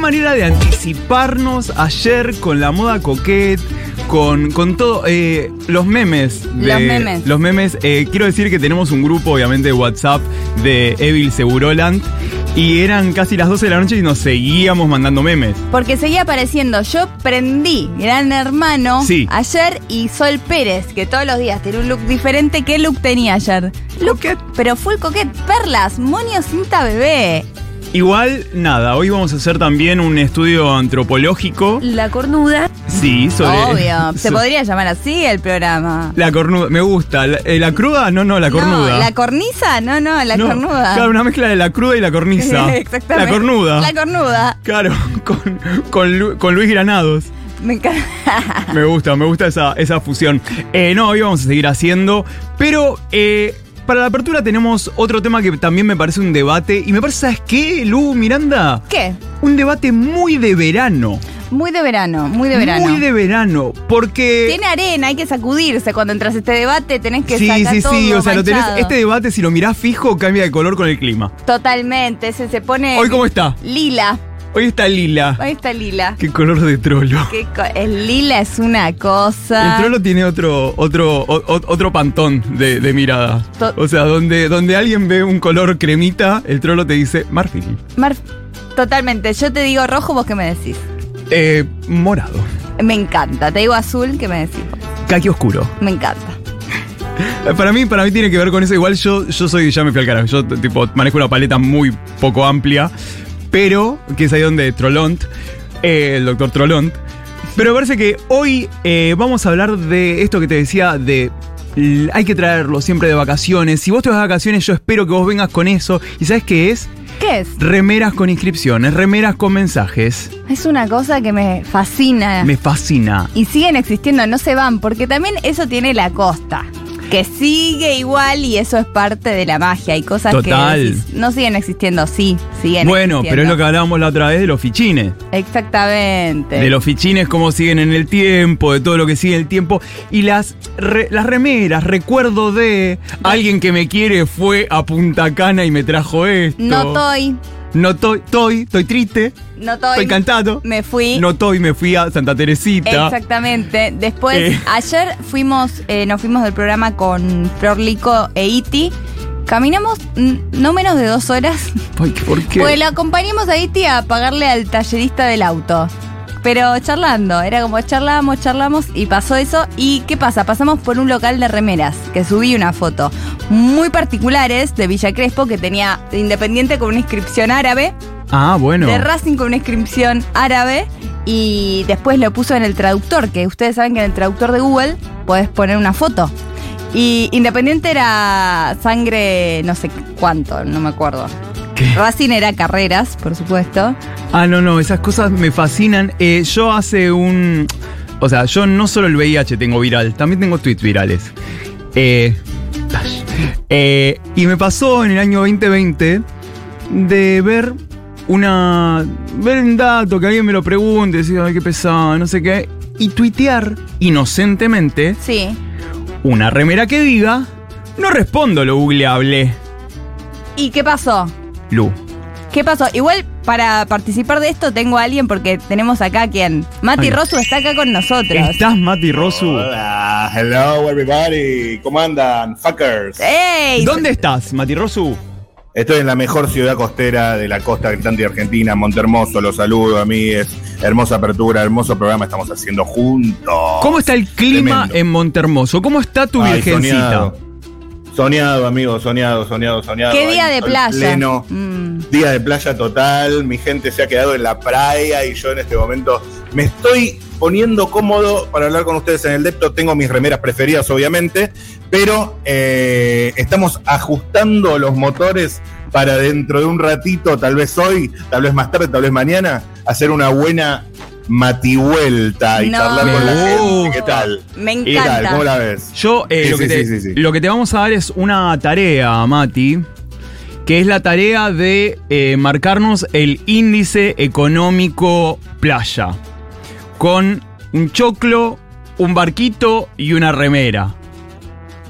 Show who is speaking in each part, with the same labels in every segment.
Speaker 1: manera de anticiparnos ayer con la moda coquette, con, con todo, eh, los memes. de-
Speaker 2: Los memes.
Speaker 1: Los memes. Eh, quiero decir que tenemos un grupo, obviamente, de WhatsApp de Evil Seguroland y eran casi las 12 de la noche y nos seguíamos mandando memes.
Speaker 2: Porque seguía apareciendo. Yo prendí Gran Hermano
Speaker 1: Sí.
Speaker 2: ayer y Sol Pérez, que todos los días tiene un look diferente. ¿Qué look tenía ayer? Look,
Speaker 1: Coquette.
Speaker 2: pero full coquet, perlas, moño, cinta bebé.
Speaker 1: Igual, nada, hoy vamos a hacer también un estudio antropológico.
Speaker 3: La cornuda.
Speaker 1: Sí, sobre.
Speaker 2: Obvio. Se
Speaker 1: so-
Speaker 2: podría llamar así el programa.
Speaker 1: La cornuda, me gusta. La, eh, la cruda, no, no, la cornuda.
Speaker 2: No, la cornisa, no, no, la
Speaker 1: No,
Speaker 2: cornuda.
Speaker 1: Claro, una mezcla de la cruda y la cornisa.
Speaker 2: Exactamente.
Speaker 1: La cornuda.
Speaker 2: La cornuda.
Speaker 1: Claro, con, con, Lu- con Luis Granados.
Speaker 2: Me encanta.
Speaker 1: Me gusta, me gusta esa, esa fusión. Eh, no, hoy vamos a seguir haciendo, pero eh, para la apertura tenemos otro tema que también me parece un debate. Y me parece, ¿sabes qué, Lu Miranda?
Speaker 2: ¿Qué?
Speaker 1: Un debate muy de verano.
Speaker 2: Muy de verano, muy de verano.
Speaker 1: Muy de verano, porque...
Speaker 2: Tiene arena, hay que sacudirse. Cuando entras a este debate tenés que
Speaker 1: sí,
Speaker 2: sacar
Speaker 1: sí,
Speaker 2: todo
Speaker 1: sí, o sea, lo tenés,
Speaker 2: manchado.
Speaker 1: este debate si lo mirás fijo cambia de color con el clima.
Speaker 2: Totalmente, se, se pone
Speaker 1: ¿Hoy cómo está?
Speaker 2: lila.
Speaker 1: Hoy está lila.
Speaker 2: Ahí está lila.
Speaker 1: Qué color de trolo.
Speaker 2: Qué co- el lila es una cosa.
Speaker 1: El trolo tiene otro, otro, o- o- otro pantón de, de mirada.
Speaker 2: To-
Speaker 1: O sea, donde, donde alguien ve un color cremita, el trolo te dice marfil,
Speaker 2: Mar- Totalmente, yo te digo rojo, vos qué me decís.
Speaker 1: eh, morado,
Speaker 2: Me encanta, te digo azul, ¿qué me decís.
Speaker 1: caqui oscuro.
Speaker 2: Me encanta.
Speaker 1: Eh, Para mí, para mí tiene que ver con eso. Igual yo, yo soy, ya me fui al carajo. Yo t- tipo manejo una paleta muy poco amplia, pero que es ahí donde Trolont, eh, el doctor Trolont. Pero me parece que hoy eh, vamos a hablar de esto que te decía de l- hay que traerlo siempre de vacaciones. Si vos te vas de vacaciones, yo espero que vos vengas con eso. ¿Y sabes qué es?
Speaker 2: ¿Qué es?
Speaker 1: Remeras con inscripciones, remeras con mensajes.
Speaker 2: Es una cosa que me fascina.
Speaker 1: Me fascina.
Speaker 2: Y siguen existiendo, no se van, porque también eso tiene la costa. Que sigue igual y eso es parte de la magia. Hay cosas
Speaker 1: Total.
Speaker 2: que decís, no siguen existiendo, sí, siguen
Speaker 1: Bueno, pero es lo que
Speaker 2: existiendo.
Speaker 1: hablábamos la otra vez de los fichines.
Speaker 2: Exactamente.
Speaker 1: De los fichines, cómo siguen en el tiempo, de todo lo que sigue en el tiempo. Y las, re- las remeras, recuerdo de alguien que me quiere fue a Punta Cana y me trajo esto.
Speaker 2: No estoy,
Speaker 1: No estoy, estoy, estoy triste,
Speaker 2: no
Speaker 1: estoy
Speaker 2: estoy.
Speaker 1: cantado.
Speaker 2: Me fui.
Speaker 1: No estoy, me fui a Santa Teresita.
Speaker 2: Exactamente. Después,
Speaker 1: Eh.
Speaker 2: ayer fuimos, eh, nos fuimos del programa con Prorlico e Iti. Caminamos mm, no menos de dos horas
Speaker 1: Ay, ¿Por qué?
Speaker 2: Pues lo acompañamos a Iti a pagarle al tallerista del auto. Pero charlando, era como charlamos, charlamos y pasó eso. ¿Y qué pasa? Pasamos por un local de remeras, que subí una foto. Muy particulares de Villa Crespo, que tenía Independiente con una inscripción árabe,
Speaker 1: ah, bueno.
Speaker 2: de Racing con una inscripción árabe, y después lo puso en el traductor, que ustedes saben que en el traductor de Google podés poner una foto. Y Independiente era sangre, no sé cuánto, no me acuerdo.
Speaker 1: ¿Qué?
Speaker 2: Racing era carreras, por supuesto.
Speaker 1: Ah, no, no, esas cosas me fascinan. Eh, yo hace un. O sea, yo no solo el VIH tengo viral, también tengo tweets virales. Eh, tash. Eh, y me pasó en el año 2020 de ver una. ver un dato que alguien me lo pregunte, decir, ay, qué pesado, no sé qué. Y tuitear inocentemente
Speaker 2: Sí.
Speaker 1: una remera que diga, no respondo lo googleable.
Speaker 2: ¿Y qué pasó?
Speaker 1: Lu.
Speaker 2: ¿Qué pasó? Igual para participar de esto tengo a alguien porque tenemos acá a quien. Mati
Speaker 1: Ay.
Speaker 2: Rosu está acá con nosotros.
Speaker 1: ¿Estás Mati Rosu?
Speaker 4: Hola, hello everybody, ¿cómo andan, fuckers?
Speaker 2: Eh. ¡Ey!
Speaker 1: ¿Dónde estás, Mati Rosu?
Speaker 4: Estoy en la mejor ciudad costera de la costa atlántica argentina, Montermoso, los saludo amigues, hermosa apertura, hermoso programa estamos haciendo juntos.
Speaker 1: ¿Cómo está el clima
Speaker 4: Tremendo.
Speaker 1: en Montermoso? ¿Cómo está tu
Speaker 4: Ay,
Speaker 1: virgencita?
Speaker 4: Soñado. soñado, amigo, soñado, soñado, soñado.
Speaker 2: ¿Qué día
Speaker 4: Ahí,
Speaker 2: de
Speaker 4: sol
Speaker 2: playa?
Speaker 4: Pleno,
Speaker 2: Mm.
Speaker 4: día de playa total, mi gente se ha quedado en la playa y yo en este momento me estoy poniendo cómodo para hablar con ustedes en el depto. Tengo mis remeras preferidas, obviamente, pero eh, estamos ajustando los motores para dentro de un ratito, tal vez hoy, tal vez más tarde, tal vez mañana, hacer una buena mativuelta y
Speaker 2: No.
Speaker 4: charlar con la gente. ¿Qué
Speaker 1: Me
Speaker 4: tal?
Speaker 2: Me
Speaker 4: ¿Qué tal? ¿Cómo
Speaker 2: encanta.
Speaker 4: la ves?
Speaker 1: Yo eh,
Speaker 4: Sí,
Speaker 1: lo, que
Speaker 4: sí,
Speaker 1: te,
Speaker 4: sí, sí, sí.
Speaker 1: lo que te vamos a dar es una tarea, Mati, que es la tarea de eh, marcarnos el índice económico playa, con un choclo, un barquito y una remera,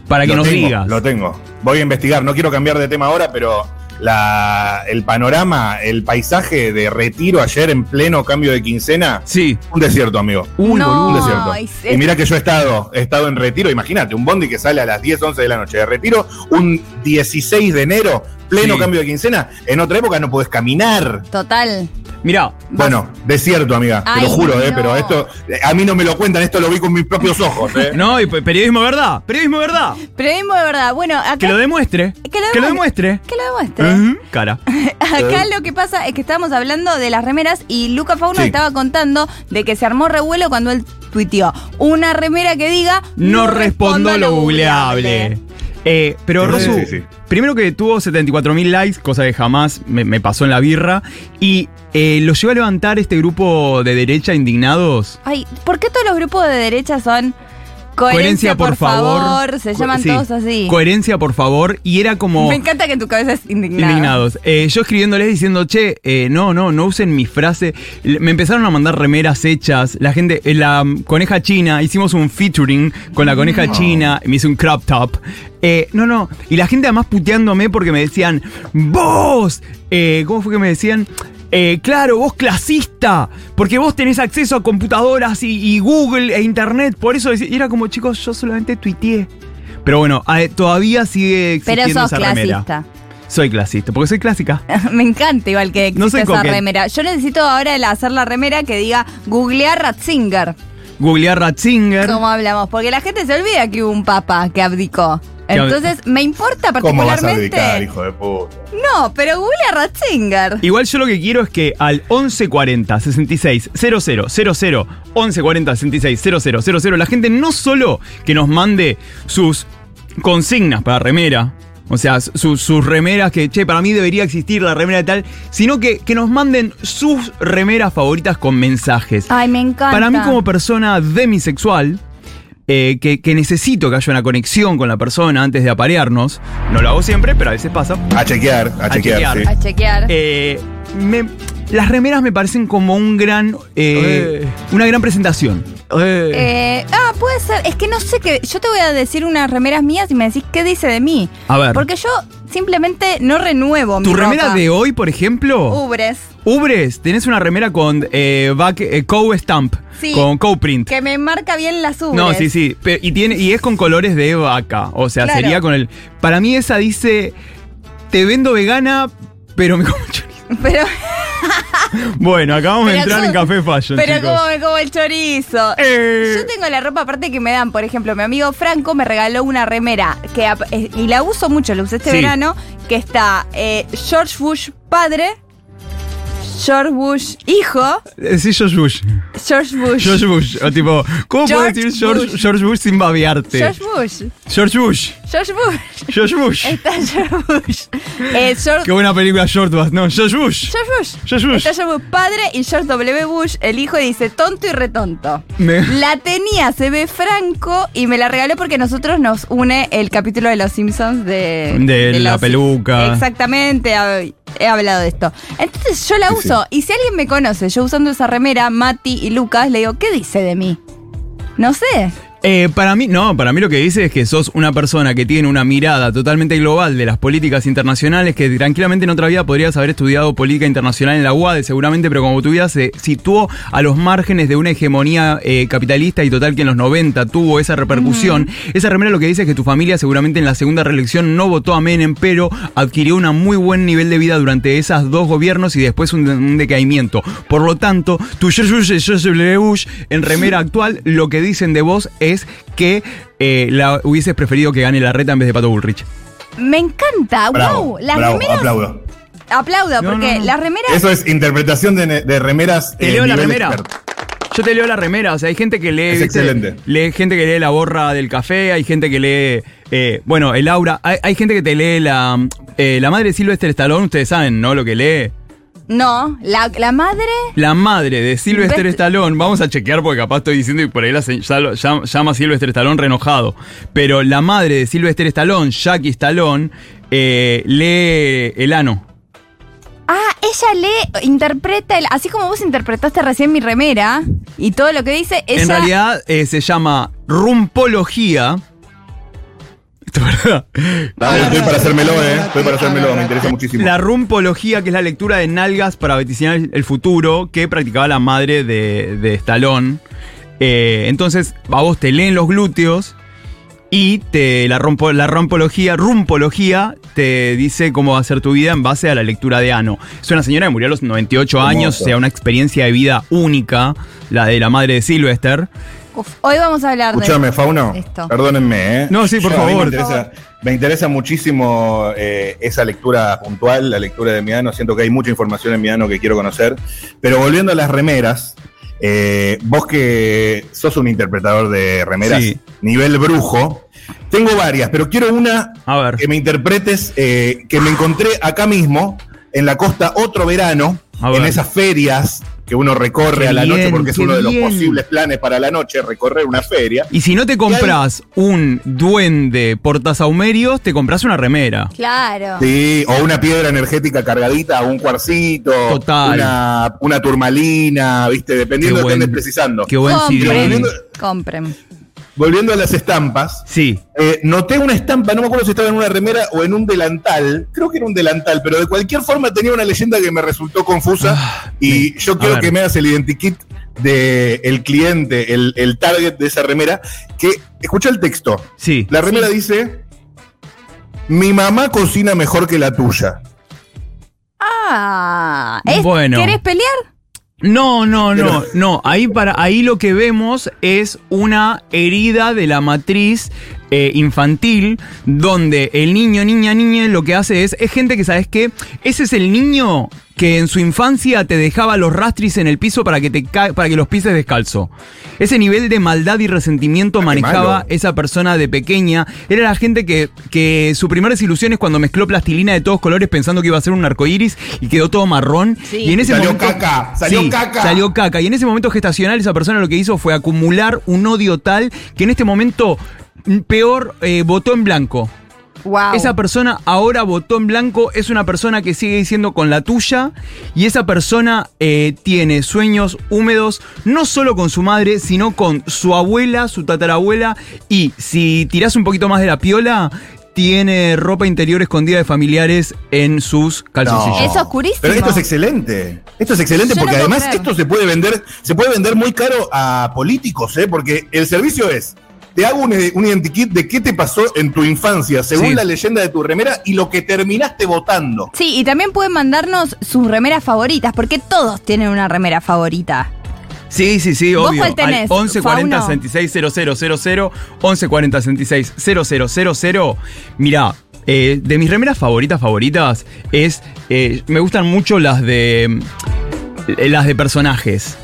Speaker 1: para que
Speaker 4: Lo
Speaker 1: nos
Speaker 4: tengo,
Speaker 1: digas.
Speaker 4: Lo tengo. Voy a investigar. No quiero cambiar de tema ahora, pero la- el panorama, el paisaje de retiro ayer en pleno cambio de quincena?
Speaker 1: Sí.
Speaker 4: Un desierto, amigo.
Speaker 1: Uy,
Speaker 2: No.
Speaker 1: boludo.
Speaker 4: Un desierto.
Speaker 2: y se-
Speaker 4: Y mira que yo he estado, he estado en retiro, imagínate, un bondi que sale a las 10, 11 de la noche de retiro, un 16 de enero, pleno
Speaker 1: Sí.
Speaker 4: cambio de quincena. En otra época no podés caminar.
Speaker 2: Total.
Speaker 1: Mirá,
Speaker 4: Bueno, desierto, amiga, te
Speaker 2: Ay,
Speaker 4: lo juro, eh,
Speaker 2: no.
Speaker 4: pero esto, eh, a mí no me lo cuentan, esto lo vi con mis propios ojos. eh.
Speaker 1: no, y pe- periodismo verdad, periodismo verdad.
Speaker 2: Periodismo de verdad. Bueno, acá.
Speaker 1: Que lo ¿Eh? demuestre.
Speaker 2: Eh, Que lo
Speaker 1: demuestre.
Speaker 2: que lo demuestre.
Speaker 1: Ujú, Cara.
Speaker 2: Acá
Speaker 1: ¿Eh?
Speaker 2: lo que pasa es que estábamos hablando de las remeras y Luca Fauno
Speaker 4: Sí.
Speaker 2: estaba contando de que se armó revuelo cuando él tuiteó una remera que diga
Speaker 1: No respondo a lo googleable. Eh, pero
Speaker 4: Sí,
Speaker 1: Rosu,
Speaker 4: sí, sí.
Speaker 1: primero que tuvo 74.000 likes, cosa que jamás me, me pasó en la birra, y eh, lo llegó a levantar este grupo de derecha indignados.
Speaker 2: Ay, ¿por qué todos los grupos de derecha son coherencia, por, favor, Se
Speaker 1: Co-
Speaker 2: llaman
Speaker 1: sí.
Speaker 2: todos así.
Speaker 1: Coherencia, por favor. Y era como...
Speaker 2: Me encanta que en tu cabeza es indignado.
Speaker 1: Indignados. Eh, yo escribiéndoles diciendo, che, eh, no, no, no usen mi frase. Le- Me empezaron a mandar remeras hechas. La gente, eh, la mm, coneja china, hicimos un featuring con la coneja china. Me hice un crop top. Eh, no, no. Y la gente además puteándome porque me decían, vos, eh, ¿cómo fue que me decían? Eh, claro, vos clasista, porque vos tenés acceso a computadoras y, y Google e Internet, por eso decí- y era como chicos, yo solamente tuiteé. Pero bueno, eh, todavía sigue existiendo
Speaker 2: Pero sos
Speaker 1: esa remera.
Speaker 2: clasista.
Speaker 1: Soy clasista, porque soy clásica.
Speaker 2: Me encanta igual que exista
Speaker 1: No soy
Speaker 2: esa
Speaker 1: coquet.
Speaker 2: remera. Yo necesito ahora el hacer la remera que diga googlear Ratzinger.
Speaker 1: Googlear Ratzinger.
Speaker 2: ¿Cómo hablamos? Porque la gente se olvida que hubo un papa que abdicó.
Speaker 1: Que ab-
Speaker 2: Entonces, me importa
Speaker 4: ¿Cómo vas a
Speaker 2: particularmente.
Speaker 4: dedicar, hijo de puta?
Speaker 2: no, pero Google a Ratzinger.
Speaker 1: Igual yo lo que quiero es que al 1140 66 00 00 1140 66 00 00 la gente no solo que nos mande sus consignas para remera, o sea, su- sus remeras que, che, para mí debería existir la remera de tal, sino que, que nos manden sus remeras favoritas con mensajes.
Speaker 2: Ay, me encanta.
Speaker 1: Para mí como persona demisexual, eh, que, que necesito que haya una conexión con la persona antes de aparearnos, no lo hago siempre, pero a veces pasa,
Speaker 4: A chequear, a,
Speaker 1: A
Speaker 4: chequear,
Speaker 1: chequear.
Speaker 4: sí.
Speaker 2: A chequear.
Speaker 1: eh, me- las remeras me parecen como un gran, eh,
Speaker 3: Eh.
Speaker 1: una gran presentación.
Speaker 2: Eh, ah, puede ser. Es que no sé qué. Yo te voy a decir unas remeras mías y me decís qué dice de mí.
Speaker 1: A ver,
Speaker 2: Porque yo simplemente no renuevo mi
Speaker 1: tu remera
Speaker 2: ropa. Uh.
Speaker 1: de hoy, por ejemplo,
Speaker 2: Ubres.
Speaker 1: Ubres, tenés una remera con eh, back, eh, Cow Stamp,
Speaker 2: Sí.
Speaker 1: con Cow Print.
Speaker 2: Que me marca bien las ubres.
Speaker 1: No, sí, sí. pe- y, tiene, y es con colores de vaca. O sea,
Speaker 2: Claro.
Speaker 1: sería con el. Para mí, esa dice: Te vendo vegana, pero me como chorizo".
Speaker 2: Pero,
Speaker 1: Bueno, acabamos de
Speaker 2: Pero
Speaker 1: entrar en
Speaker 2: como-
Speaker 1: Café Fashion.
Speaker 2: pero
Speaker 1: chicos.
Speaker 2: como me como el chorizo.
Speaker 1: Eh.
Speaker 2: Yo tengo la ropa aparte que me dan, por ejemplo, mi amigo Franco me regaló una remera que ap- eh, y la uso mucho, la usé este
Speaker 1: Sí.
Speaker 2: verano, que está eh, George Bush padre, George Bush hijo,
Speaker 1: Eh, Sí, George Bush.
Speaker 2: George Bush.
Speaker 1: George Bush. O tipo, ¿cómo puedo
Speaker 2: George
Speaker 1: decir George
Speaker 2: Bush.
Speaker 1: George Bush, sin babearte?
Speaker 2: George Bush.
Speaker 1: George Bush.
Speaker 2: George Bush.
Speaker 1: George Bush.
Speaker 2: Está George Bush. Eh, George,
Speaker 1: Qué buena película George Bush. No, George Bush.
Speaker 2: George Bush.
Speaker 1: George Bush.
Speaker 2: Está George Bush padre y George W. Bush, el hijo, y dice tonto y retonto.
Speaker 1: Me-
Speaker 2: La tenía, se ve Franco y me la regaló porque nosotros nos une el capítulo de Los Simpsons de...
Speaker 1: De la
Speaker 2: los-
Speaker 1: peluca.
Speaker 2: Exactamente, hab- he hablado de esto. Entonces yo la
Speaker 4: Sí,
Speaker 2: uso y si alguien me conoce, yo usando esa remera, Mati y Lucas, le digo, ¿qué dice de mí? No sé.
Speaker 1: Eh, para mí, no, para mí lo que dice es que sos una persona que tiene una mirada totalmente global de las políticas internacionales, que tranquilamente en otra vida podrías haber estudiado política internacional en la UAD, seguramente, pero como tu vida se situó a los márgenes de una hegemonía eh, capitalista y total que en los 90 tuvo esa repercusión, esa remera lo que dice es que tu familia seguramente en la segunda reelección no votó a Menem, pero adquirió un muy buen nivel de vida durante esas dos gobiernos y después un, un decaimiento. Por lo tanto, tu George Bush, y George W. Bush en remera actual, lo que dicen de vos es que eh, la hubieses preferido que gane la reta en vez de Pato Bullrich.
Speaker 2: Me encanta,
Speaker 4: Bravo,
Speaker 2: wow. Las
Speaker 4: bravo,
Speaker 2: remeras...
Speaker 4: aplaudo.
Speaker 2: Aplaudo,
Speaker 1: No,
Speaker 2: porque
Speaker 1: no, no.
Speaker 2: las remeras...
Speaker 4: Eso es interpretación de, ne- de remeras.
Speaker 1: Te
Speaker 4: eh,
Speaker 1: leo la
Speaker 4: nivel
Speaker 1: remera.
Speaker 4: experto.
Speaker 1: Yo te leo la remera, o sea, hay gente que lee.
Speaker 4: Es excelente.
Speaker 1: Lee gente que lee la borra del café, hay gente que lee. eh, bueno, el aura. Hay, hay gente que te lee la. eh, la madre de Silvestre Stallone, ustedes saben, ¿no? Lo que lee.
Speaker 2: No, la, la madre...
Speaker 1: La madre de Silvestre
Speaker 2: Silvestre-
Speaker 1: Stallone, vamos a chequear porque capaz estoy diciendo y por ahí la se- ya lo- llama, llama a Silvestre Stallone renojado. Pero la madre de Silvestre Stallone, Jackie Stallone, eh, lee el ano.
Speaker 2: Ah, ella lee, interpreta, el- así como vos interpretaste recién mi remera y todo lo que dice, ella...
Speaker 1: En realidad eh, se llama rumpología. esto, ¿verdad? Ah.
Speaker 4: Dale, estoy para hacérmelo, ¿eh? Estoy para hacérmelo, me interesa muchísimo.
Speaker 1: La rumpología, que es la lectura de nalgas para vaticinar el futuro que practicaba la madre de, de Stallone. Eh, entonces, a vos te leen los glúteos y te, la, rompo- la rompología, rumpología, te dice cómo va a ser tu vida en base a la lectura de Ano. Es una señora que murió a los 98 años,
Speaker 4: Hermoso.
Speaker 1: o sea, una experiencia de vida única, la de la madre de Sylvester.
Speaker 2: Uf, hoy vamos a hablar
Speaker 4: Escúchame, Fauno.
Speaker 2: Esto.
Speaker 4: Perdónenme, ¿eh?
Speaker 1: No, sí, por
Speaker 4: Yo, a mí
Speaker 1: favor.
Speaker 4: Me interesa, me interesa muchísimo eh, esa lectura puntual, la lectura de Miano. Siento que hay mucha información en Miano que quiero conocer. Pero volviendo a las remeras, eh, vos que sos un interpretador de remeras
Speaker 1: Sí.
Speaker 4: nivel brujo, tengo varias, pero quiero una
Speaker 1: A ver.
Speaker 4: que me interpretes, eh, que me encontré acá mismo, en la costa, otro verano,
Speaker 1: A ver.
Speaker 4: en esas ferias que uno recorre
Speaker 1: Ah, Qué
Speaker 4: a la noche
Speaker 1: bien,
Speaker 4: porque es
Speaker 1: qué
Speaker 4: uno de los
Speaker 1: bien.
Speaker 4: posibles planes para la noche, recorrer una feria.
Speaker 1: Y si no te compras un duende portasaumerios, te compras una remera.
Speaker 2: Claro.
Speaker 4: Sí, o una piedra energética cargadita, un cuarcito,
Speaker 1: Total.
Speaker 4: Una, una turmalina, viste, dependiendo
Speaker 1: Qué
Speaker 4: de qué
Speaker 1: buen-
Speaker 4: andes precisando.
Speaker 1: Qué buen CD.
Speaker 2: Compren.
Speaker 4: Pero
Speaker 2: Compren.
Speaker 4: Volviendo a las estampas,
Speaker 1: Sí.
Speaker 4: eh, noté una estampa, no me acuerdo si estaba en una remera o en un delantal, creo que era un delantal, pero de cualquier forma tenía una leyenda que me resultó confusa y yo quiero
Speaker 1: Ah, ver.
Speaker 4: que me hagas el identikit del el cliente, el, el target de esa remera, que escucha el texto.
Speaker 1: Sí.
Speaker 4: La remera dice, mi mamá cocina mejor que la tuya.
Speaker 2: Ah, ¿es-
Speaker 1: Bueno.
Speaker 2: ¿querés pelear?
Speaker 1: No, no, no, no. Ahí para ahí lo que vemos es una herida de la matriz eh, infantil donde el niño, niña, niña lo que hace es es gente que sabes qué, ese es el niño que en su infancia te dejaba los rastris en el piso para que te ca- para que los pises descalzo. Ese nivel de maldad y resentimiento
Speaker 4: Ah, qué
Speaker 1: manejaba
Speaker 4: malo.
Speaker 1: esa persona de pequeña. Era la gente que, que su primera desilusión es cuando mezcló plastilina de todos colores pensando que iba a ser un arcoíris y quedó todo marrón.
Speaker 2: Sí.
Speaker 1: Y en ese
Speaker 4: Salió
Speaker 1: momento-
Speaker 4: caca, salió
Speaker 1: Sí,
Speaker 4: caca.
Speaker 1: Salió caca. Y en ese momento gestacional, esa persona lo que hizo fue acumular un odio tal que en este momento, mm, peor, eh, votó en blanco.
Speaker 2: Wow.
Speaker 1: Esa persona ahora votó en blanco, es una persona que sigue diciendo con la tuya y esa persona eh, tiene sueños húmedos no solo con su madre, sino con su abuela, su tatarabuela y si tirás un poquito más de la piola, tiene ropa interior escondida de familiares en sus calzoncillos.
Speaker 2: Eso es oscurísimo.
Speaker 4: Pero esto es excelente. Esto es excelente
Speaker 2: Yo no
Speaker 4: porque
Speaker 2: puedo
Speaker 4: además
Speaker 2: creer.
Speaker 4: esto se puede vender, se puede vender muy caro a políticos, ¿eh? porque el servicio es. Te hago un, un identikit de qué te pasó en tu infancia, según
Speaker 1: Sí.
Speaker 4: la leyenda de tu remera y lo que terminaste votando.
Speaker 2: Sí, y también pueden mandarnos sus remeras favoritas, porque todos tienen una remera favorita.
Speaker 1: Sí, sí, sí,
Speaker 2: ¿Vos
Speaker 1: obvio.
Speaker 2: cuál tenés,
Speaker 1: Al 11 40
Speaker 2: Fauno?
Speaker 1: 66 000, 11 40 66 000. Mirá, eh, de mis remeras favoritas, favoritas, es. eh, me gustan mucho las de. eh, Las de personajes.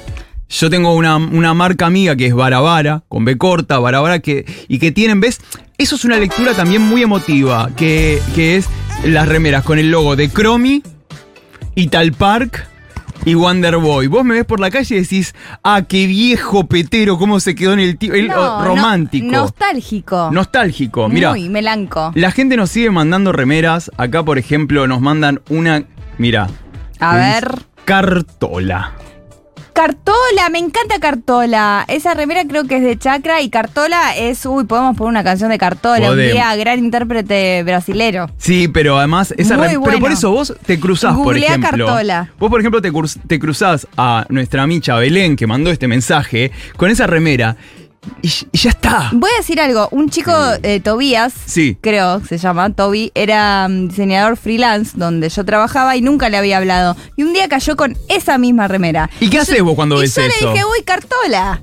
Speaker 1: Yo tengo una, una marca amiga que es Barabara, con B corta, Barabara, que, y que tienen, ¿ves? Eso es una lectura también muy emotiva, que, que es las remeras con el logo de Cromi, Ital Park y Wonder Boy. Vos me ves por la calle y decís, ah, qué viejo petero, cómo se quedó en el tío. el-
Speaker 2: No, no-
Speaker 1: romántico.
Speaker 2: nostálgico.
Speaker 1: nostálgico. Mira,
Speaker 2: Muy melanco.
Speaker 1: la gente nos sigue mandando remeras. Acá, por ejemplo, nos mandan una. Mira.
Speaker 2: A
Speaker 1: que
Speaker 2: ver.
Speaker 1: dice Cartola.
Speaker 2: Cartola, me encanta Cartola. Esa remera creo que es de Chakra y Cartola es, uy, podemos poner una canción de Cartola,
Speaker 1: Podemos.
Speaker 2: un día gran intérprete brasilero.
Speaker 1: Sí, pero además esa
Speaker 2: Muy
Speaker 1: re-
Speaker 2: bueno.
Speaker 1: Pero por eso vos te cruzás, por
Speaker 2: Googleá
Speaker 1: ejemplo.
Speaker 2: Cartola.
Speaker 1: Vos, por ejemplo, te, cruz- te cruzás a nuestra amicha Belén, que mandó este mensaje, con esa remera. Y, y ya está.
Speaker 2: Voy a decir algo, un chico, eh, Tobías,
Speaker 1: Sí.
Speaker 2: creo que se llama, Toby, era mm, diseñador freelance donde yo trabajaba y nunca le había hablado. Y un día cayó con esa misma remera.
Speaker 1: ¿Y qué haces vos cuando
Speaker 2: y
Speaker 1: ves
Speaker 2: yo
Speaker 1: eso?
Speaker 2: le dije, uy, Cartola,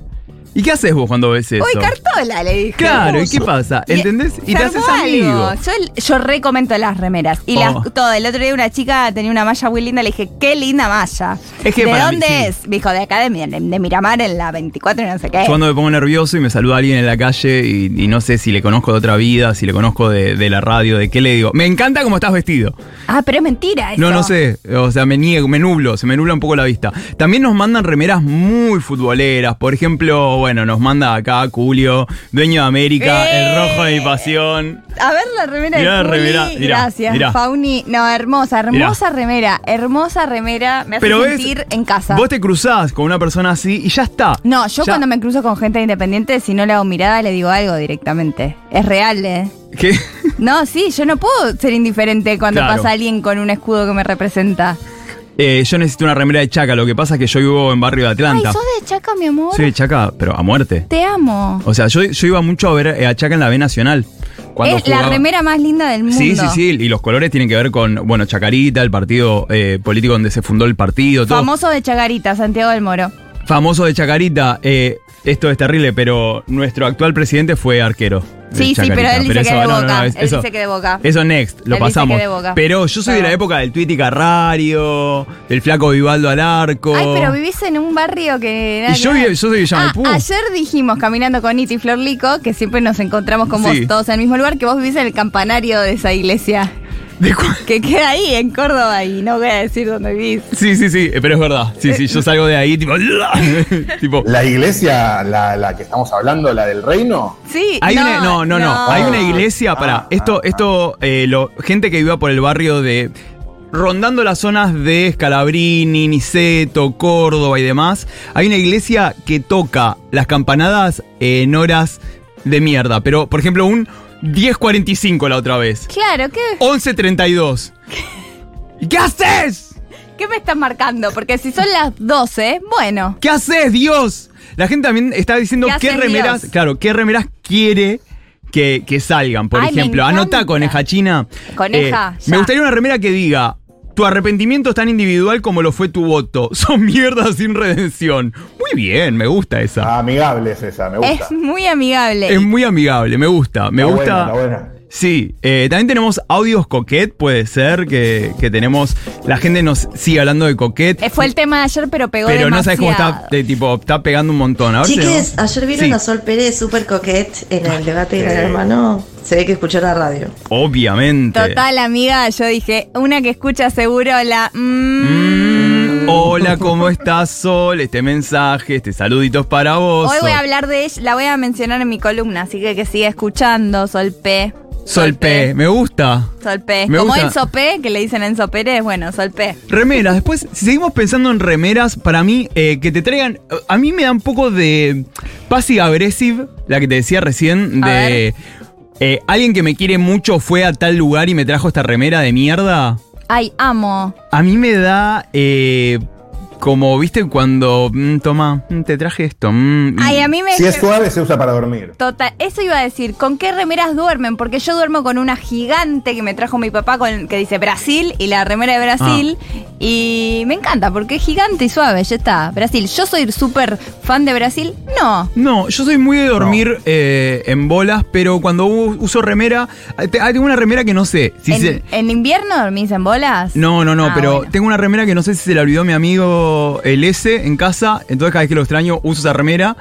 Speaker 1: ¿Y qué haces vos cuando ves eso?
Speaker 2: uy, Cartola, le dije.
Speaker 1: Claro, ¿y qué pasa?
Speaker 2: Y-
Speaker 1: ¿Entendés? Y te
Speaker 2: se
Speaker 1: haces
Speaker 2: armó algo.
Speaker 1: amigo.
Speaker 2: Yo, yo recomento las remeras. Y
Speaker 1: Oh.
Speaker 2: las, todo. El otro día una chica tenía una malla muy linda. Le dije, qué linda malla.
Speaker 1: Es que
Speaker 2: ¿De
Speaker 1: para mí,
Speaker 2: dónde
Speaker 1: sí.
Speaker 2: es? Me dijo, de acá de, Mi- de Miramar en la 24 y no sé qué.
Speaker 1: Yo cuando me pongo nervioso y me saluda alguien en la calle y, y no sé si le conozco de otra vida, si le conozco de, de la radio, de qué le digo. Me encanta cómo estás vestido.
Speaker 2: Ah, pero es mentira eso.
Speaker 1: No, no sé. O sea, me niego, me nublo, se me nubla un poco la vista. También nos mandan remeras muy futboleras. Por ejemplo, bueno, nos manda acá Julio, dueño de América,
Speaker 2: ¡Eh!
Speaker 1: el rojo de mi pasión.
Speaker 2: A ver la remera
Speaker 1: Mirá
Speaker 2: de
Speaker 1: la
Speaker 2: Juli.
Speaker 1: remera, mirá,
Speaker 2: Gracias,
Speaker 1: mirá.
Speaker 2: Fauni. No, hermosa, hermosa remera. Hermosa remera. Me hace
Speaker 1: Pero ves,
Speaker 2: sentir en casa.
Speaker 1: Vos te cruzás con una persona así y ya está.
Speaker 2: No, yo
Speaker 1: Ya-
Speaker 2: cuando me cruzo con gente independiente, si no le hago mirada, le digo algo directamente. Es real, ¿eh?
Speaker 1: ¿Qué?
Speaker 2: No, sí, yo no puedo ser indiferente cuando
Speaker 1: Claro.
Speaker 2: pasa alguien con un escudo que me representa.
Speaker 1: Eh, yo necesito una remera de Chaca, lo que pasa es que yo vivo en barrio de
Speaker 2: Ay,
Speaker 1: Atlanta.
Speaker 2: sos de Chaca, mi amor.
Speaker 1: Soy de Chaca, pero a muerte.
Speaker 2: Te amo.
Speaker 1: O sea, yo, yo iba mucho a ver eh, a Chaca en la B Nacional. cuando
Speaker 2: Es la
Speaker 1: jugaba.
Speaker 2: remera más linda del mundo.
Speaker 1: Sí, sí, sí, y los colores tienen que ver con, bueno, Chacarita, el partido eh, político donde se fundó el partido, todo.
Speaker 2: Famoso de Chagarita, Santiago del Moro.
Speaker 1: Famoso de Chacarita, eh, esto es terrible, pero nuestro actual presidente fue arquero. de
Speaker 2: Sí, sí,
Speaker 1: Chacarita.
Speaker 2: pero él dice que de
Speaker 1: no, no,
Speaker 2: boca.
Speaker 1: no, es-
Speaker 2: él
Speaker 1: eso-
Speaker 2: dice que de boca.
Speaker 1: Eso next, lo
Speaker 2: Él dice
Speaker 1: pasamos.
Speaker 2: que de Boca.
Speaker 1: Pero yo soy de la
Speaker 2: Perdón.
Speaker 1: época del Tweety Carrario, del flaco Vivaldo al arco.
Speaker 2: Ay, pero vivís en un barrio que. nada
Speaker 1: Y yo
Speaker 2: que
Speaker 1: vi-
Speaker 2: ver.
Speaker 1: yo soy de Yamapú.
Speaker 2: Ah, ayer dijimos, caminando con Iti y Florlico, que siempre nos encontramos con vos
Speaker 1: Sí.
Speaker 2: todos en el mismo lugar, que vos vivís en el campanario de esa iglesia.
Speaker 1: ¿De cu-
Speaker 2: Que queda ahí, en Córdoba, y no voy a decir dónde vivís.
Speaker 1: Sí, sí, sí, eh, pero es verdad. Sí, sí, yo salgo de ahí tipo. tipo
Speaker 4: La iglesia, la, la que estamos hablando, la del reino.
Speaker 2: Sí,
Speaker 1: hay una, no, no, no, Hay una iglesia para.
Speaker 4: Ah,
Speaker 1: Esto,
Speaker 4: ah,
Speaker 1: esto, eh, lo, gente que viva por el barrio de. Rondando las zonas de Scalabrini, Niceto, Córdoba y demás, hay una iglesia que toca las campanadas en horas de mierda. Pero, por ejemplo, un 10.45 la otra vez.
Speaker 2: Claro, ¿qué,
Speaker 1: 11.32. ¿Y ¿Qué haces?
Speaker 2: ¿qué me estás marcando? Porque si son las 12, bueno.
Speaker 1: ¿Qué haces, Dios? La gente también está diciendo
Speaker 2: ¿Qué
Speaker 1: qué,
Speaker 2: haces,
Speaker 1: remeras,
Speaker 2: Dios?
Speaker 1: claro, qué remeras quiere que, que salgan. Por
Speaker 2: Ay, me
Speaker 1: ejemplo,
Speaker 2: encanta.
Speaker 1: anota coneja china. Eh,
Speaker 2: Coneja, ya.
Speaker 1: me gustaría una remera que diga. Tu arrepentimiento es tan individual como lo fue tu voto. Son mierdas sin redención. Muy bien, me gusta
Speaker 4: Ah.
Speaker 1: esa.
Speaker 4: Amigable es esa, me gusta.
Speaker 2: Es muy amigable.
Speaker 1: Es muy amigable, me gusta, me
Speaker 4: Está
Speaker 1: gusta.
Speaker 4: buena, está buena.
Speaker 1: Sí, eh, también tenemos audios coquet, puede ser, que, que tenemos. La gente nos sigue hablando de coquet.
Speaker 2: Eh, Fue el tema de ayer, pero pegó
Speaker 1: Pero no sabes
Speaker 2: demasiado.
Speaker 1: cómo está, de tipo, está pegando un montón. A ver si
Speaker 3: Chiques,
Speaker 1: no-
Speaker 3: ayer vieron
Speaker 1: Sí, Ah,
Speaker 3: a Sol Pérez súper coquete en el debate de Gran Hermano. Se ve que escuchó la radio.
Speaker 1: Obviamente.
Speaker 2: Total, amiga, yo dije, una que escucha seguro la... mm.
Speaker 1: Mm, hola, ¿cómo estás, Sol? Este mensaje, este saluditos para vos.
Speaker 2: Hoy voy a
Speaker 1: Sol.
Speaker 2: hablar de ella, la voy a mencionar en mi columna, así que que siga escuchando, Sol P.
Speaker 1: Sol P, me gusta.
Speaker 2: Sol P.
Speaker 1: Me
Speaker 2: Como
Speaker 1: gusta.
Speaker 2: Enzo P, que le dicen Enzo Pérez, bueno, Sol P.
Speaker 1: Remeras, después, si seguimos pensando en remeras, para mí, eh, que te traigan. A mí me da un poco de passive aggressive, la que te decía recién,
Speaker 2: A
Speaker 1: de. eh, alguien que me quiere mucho fue a tal lugar y me trajo esta remera de mierda.
Speaker 2: Ay, amo.
Speaker 1: A mí me da. eh, como, viste, cuando. mm, toma, mm, te traje esto. mm, y-
Speaker 2: Ay, a mí me...
Speaker 4: Si es suave, se usa para dormir.
Speaker 2: Total, eso iba a decir, ¿con qué remeras duermen? Porque yo duermo con una gigante que me trajo mi papá con, que dice Brasil y la remera de Brasil.
Speaker 1: Ah.
Speaker 2: Y me encanta porque es gigante y suave, ya está. Brasil, ¿yo soy súper fan de Brasil? No.
Speaker 1: No, yo soy muy de dormir eh, en bolas, pero cuando u- uso remera, eh, te- ah, tengo una remera que no sé. Si
Speaker 2: ¿En,
Speaker 1: se-
Speaker 2: en invierno dormís en bolas?
Speaker 1: no, no, no,
Speaker 2: Ah,
Speaker 1: pero
Speaker 2: bueno.
Speaker 1: tengo una remera que no sé si se la olvidó mi amigo el S en casa, entonces cada vez que lo extraño uso esa remera,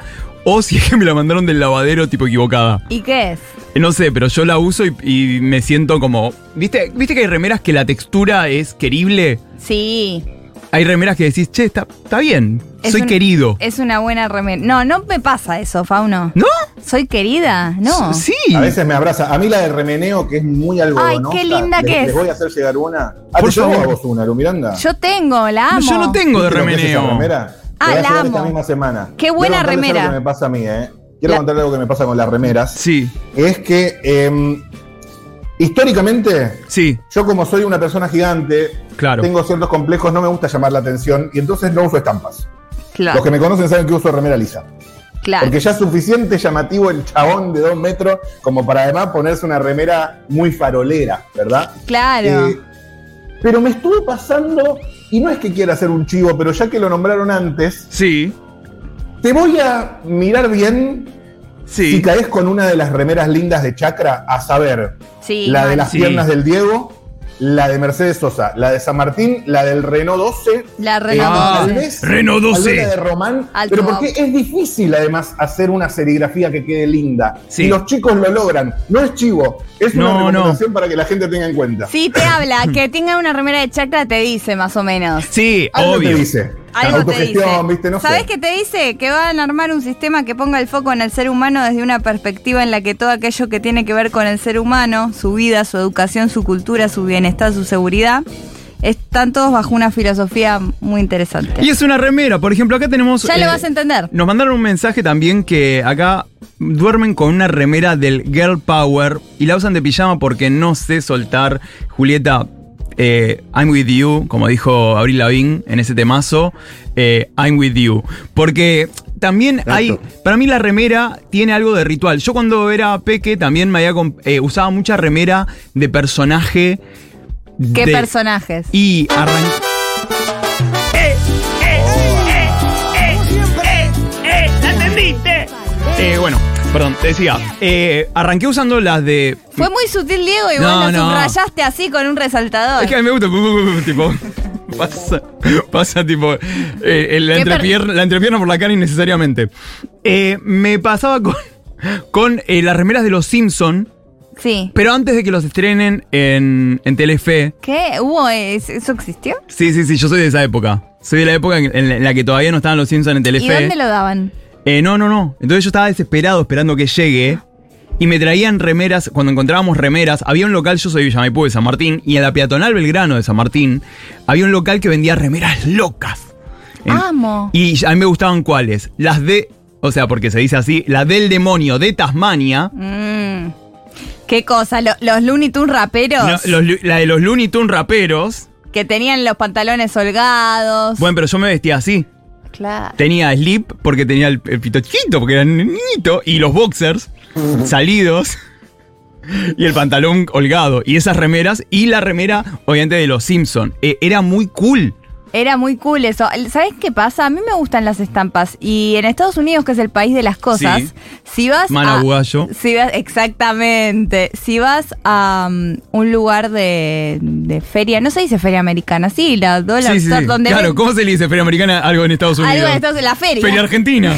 Speaker 1: o si es que me la mandaron del lavadero tipo equivocada. Eh,
Speaker 2: ¿Y qué es?
Speaker 1: No sé, pero yo la uso y, y me siento como... ¿viste, ¿Viste que hay remeras que la textura es querible?
Speaker 2: Sí.
Speaker 1: Hay remeras que decís, che, está, está bien,
Speaker 2: Es
Speaker 1: soy
Speaker 2: un- Eh,
Speaker 1: querido.
Speaker 2: Es una buena remera. No, no me pasa eso, Fauno.
Speaker 1: ¿No?
Speaker 2: ¿Soy querida? No.
Speaker 1: Sí.
Speaker 4: A veces me abraza. A mí la de remeneo, que es muy algodonosa.
Speaker 2: qué linda
Speaker 4: les-
Speaker 2: que es.
Speaker 4: Les voy a hacer llegar una. Ah,
Speaker 1: Por
Speaker 4: te llevo
Speaker 1: favor.
Speaker 4: a vos una, Lu Miranda.
Speaker 2: Yo tengo, la
Speaker 1: No,
Speaker 2: amo.
Speaker 1: yo no tengo de
Speaker 4: ¿Viste lo que es esa
Speaker 1: remeneo.
Speaker 4: remera?
Speaker 2: Ah,
Speaker 4: Te voy a
Speaker 2: la
Speaker 4: llevar
Speaker 2: amo.
Speaker 4: esta misma semana.
Speaker 2: Qué buena
Speaker 4: Quiero contarles
Speaker 2: remera.
Speaker 4: algo que me pasa a mí, ¿eh? Quiero
Speaker 2: La-
Speaker 4: contarle algo que me pasa con las remeras.
Speaker 1: Sí,
Speaker 4: Es que em, históricamente
Speaker 1: sí,
Speaker 4: Yo como soy una persona gigante,
Speaker 1: Claro.
Speaker 4: tengo ciertos complejos, no me gusta llamar la atención y entonces no uso estampas.
Speaker 2: Claro,
Speaker 4: Los que me conocen saben que uso remera lisa.
Speaker 2: claro.
Speaker 4: Porque ya es suficiente llamativo el chabón de dos metros como para además ponerse una remera muy farolera, ¿verdad?
Speaker 2: claro.
Speaker 4: Eh, pero me estuvo pasando, y no es que quiera hacer un chivo, pero ya que lo nombraron antes,
Speaker 1: sí,
Speaker 4: te voy a mirar bien
Speaker 1: sí.
Speaker 4: si caes con una de las remeras lindas de Chacra, a saber,
Speaker 2: Sí,
Speaker 4: la de
Speaker 2: mal.
Speaker 4: las
Speaker 1: Sí.
Speaker 4: piernas del Diego, la de Mercedes Sosa, la de San Martín, la del Renault 12.
Speaker 2: La
Speaker 4: eh,
Speaker 2: Renault
Speaker 1: Ah,
Speaker 2: 12.
Speaker 4: tal vez-
Speaker 1: Renault
Speaker 4: tal vez
Speaker 1: 12.
Speaker 4: La de Román.
Speaker 2: Alto.
Speaker 4: Pero porque es difícil, además, hacer una serigrafía que quede linda.
Speaker 1: Sí.
Speaker 4: Y los chicos lo logran. No es chivo, es
Speaker 1: No,
Speaker 4: una
Speaker 1: no.
Speaker 4: recomendación para que la gente tenga en cuenta.
Speaker 2: Sí, te habla. Que tenga una remera de chakra te dice, más o menos.
Speaker 1: Sí,
Speaker 4: Algo te
Speaker 1: obvio.
Speaker 4: dice.
Speaker 2: Algo te dice.
Speaker 4: autogestión, ¿viste? No sé.
Speaker 2: ¿Sabes qué te dice? Que van a armar un sistema que ponga el foco en el ser humano desde una perspectiva en la que todo aquello que tiene que ver con el ser humano, su vida, su educación, su cultura, su bienestar, su seguridad, están todos bajo una filosofía muy interesante.
Speaker 1: Y es una remera. Por ejemplo, acá tenemos.
Speaker 2: Ya
Speaker 1: eh,
Speaker 2: lo vas a entender.
Speaker 1: Nos mandaron un mensaje también que acá duermen con una remera del Girl Power y la usan de pijama porque no sé soltar. Julieta, eh, I'm with you, como dijo Abril Lavín en ese temazo, eh, I'm with you. Porque también hay, para mí la remera tiene algo de ritual. Yo cuando era peque también me había comp- eh, usaba mucha remera de personaje.
Speaker 2: ¿Qué
Speaker 1: de-
Speaker 2: personajes?
Speaker 1: Y arran-
Speaker 2: Oh.
Speaker 1: Eh, bueno, perdón, te decía, eh, arranqué usando las de.
Speaker 2: Fue muy sutil, Diego, y vos
Speaker 1: No,
Speaker 2: la
Speaker 1: no.
Speaker 2: subrayaste así con un resaltador.
Speaker 1: Es que a mí me gusta, tipo. Pasa, pasa tipo eh, el- la,
Speaker 2: Qué per-
Speaker 1: entrepierna, la entrepierna por la cara innecesariamente. Eh, me pasaba con, con eh, las remeras de los Simpson,
Speaker 2: Sí.
Speaker 1: pero antes de que los estrenen en, en Telefe.
Speaker 2: ¿Qué? ¿Hubo? eh, ¿Eso existió?
Speaker 1: Sí, sí, sí, yo soy de esa época. Soy de la época en, en la que todavía no estaban los Simpson en Telefe.
Speaker 2: ¿Y dónde lo daban?
Speaker 1: Eh, no, no, no. Entonces yo estaba desesperado esperando que llegue. Y me traían remeras, cuando encontrábamos remeras, había un local, yo soy de Villamaipú de San Martín, y en la peatonal Belgrano de San Martín, había un local que vendía remeras locas. En-
Speaker 2: Amo.
Speaker 1: Y a mí me gustaban cuáles. Las de, o sea, porque se dice así, la del demonio de Tasmania,
Speaker 2: Mm. ¿Qué cosa? lo- los Looney Tunes raperos
Speaker 1: no, los lu- la de los Looney Tunes raperos.
Speaker 2: que tenían los pantalones holgados.
Speaker 1: Bueno, pero yo me vestía así.
Speaker 2: claro.
Speaker 1: Tenía slip porque tenía el, el pito chiquito, porque era niñito, y los boxers salidos. Y el pantalón holgado, y esas remeras, y la remera, obviamente, de los Simpson. Eh, era muy cool.
Speaker 2: Era muy cool eso. ¿Sabes qué pasa? A mí me gustan las estampas. Y en Estados Unidos, que es el país de las cosas,
Speaker 1: Sí.
Speaker 2: si vas a.
Speaker 1: Manabuayo.
Speaker 2: Si vas, exactamente. Si vas a um, un lugar de, de feria, no se dice feria americana, sí, la dólar
Speaker 1: Sí, sí,
Speaker 2: store
Speaker 1: sí.
Speaker 2: donde
Speaker 1: Claro,
Speaker 2: ven-
Speaker 1: ¿cómo se le dice feria americana algo en Estados Unidos?
Speaker 2: algo de Estados la feria.
Speaker 1: Feria argentina.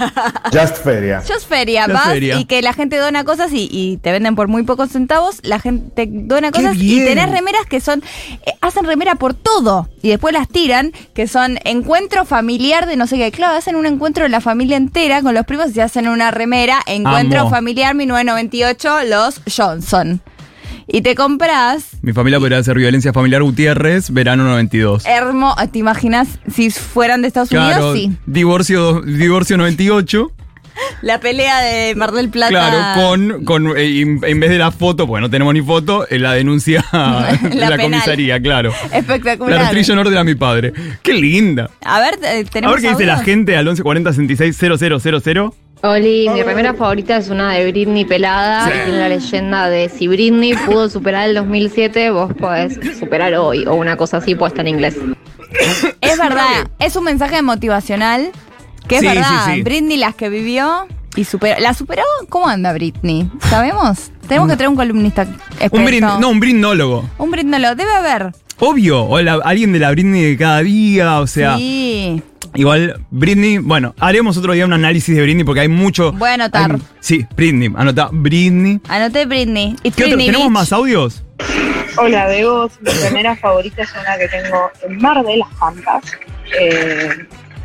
Speaker 4: Just Feria.
Speaker 2: Yo es feria,
Speaker 1: La
Speaker 2: vas
Speaker 1: feria.
Speaker 2: y que la gente dona cosas y, y te venden por muy pocos centavos, la gente dona
Speaker 1: ¡Qué
Speaker 2: cosas y
Speaker 1: bien!
Speaker 2: tenés remeras que son, eh, hacen remera por todo y después las tiran, que son encuentro familiar de no sé qué, claro, hacen un encuentro de la familia entera con los primos y hacen una remera, encuentro
Speaker 1: Amo.
Speaker 2: familiar 1998, los Johnson. Y te compras
Speaker 1: Mi familia podría ser violencia familiar Gutiérrez, verano 92.
Speaker 2: Hermo, ah, ¿te imaginas si fueran de Estados
Speaker 1: claro,
Speaker 2: Unidos? Sí.
Speaker 1: divorcio, divorcio 98.
Speaker 2: La pelea de Mar del Plata.
Speaker 1: Claro, con, con eh, in- en vez de la foto, porque no tenemos ni foto, eh, la denuncia de
Speaker 2: La
Speaker 1: la,
Speaker 2: penal.
Speaker 1: comisaría, claro.
Speaker 2: Espectacular.
Speaker 1: La restrillo en orden a mi padre. Qué linda.
Speaker 2: A ver, eh,
Speaker 1: A
Speaker 2: tenemos.
Speaker 1: ver qué dice
Speaker 2: audio?
Speaker 1: la gente al 1140 66 000.
Speaker 5: Oli, mi remera favorita es una de Britney pelada. que Tiene la leyenda de si Britney pudo superar el 2007, vos podés superar hoy. O una cosa así puesta en inglés.
Speaker 2: Es verdad, es un mensaje motivacional. Que es
Speaker 1: Sí,
Speaker 2: verdad,
Speaker 1: sí, sí.
Speaker 2: Britney las que vivió y superó. ¿La superó? ¿Cómo anda Britney? ¿Sabemos? Tenemos que traer un columnista experto.
Speaker 1: Un brind- no, un brindólogo.
Speaker 2: Un brindolo, debe haber.
Speaker 1: Obvio, o la- alguien de la Britney de cada día, o sea,
Speaker 2: sí.
Speaker 1: igual Britney, bueno, haremos otro día un análisis de Britney porque hay mucho...
Speaker 2: Voy a anotar.
Speaker 1: hay- sí, Britney, anota Britney.
Speaker 2: Anoté Britney. It's
Speaker 1: ¿Qué otro?
Speaker 2: Britney
Speaker 1: ¿Tenemos
Speaker 2: Beach.
Speaker 1: más audios?
Speaker 6: Hola, Bebos. Mi primera favorita es una que tengo en Mar de las Pampas, eh,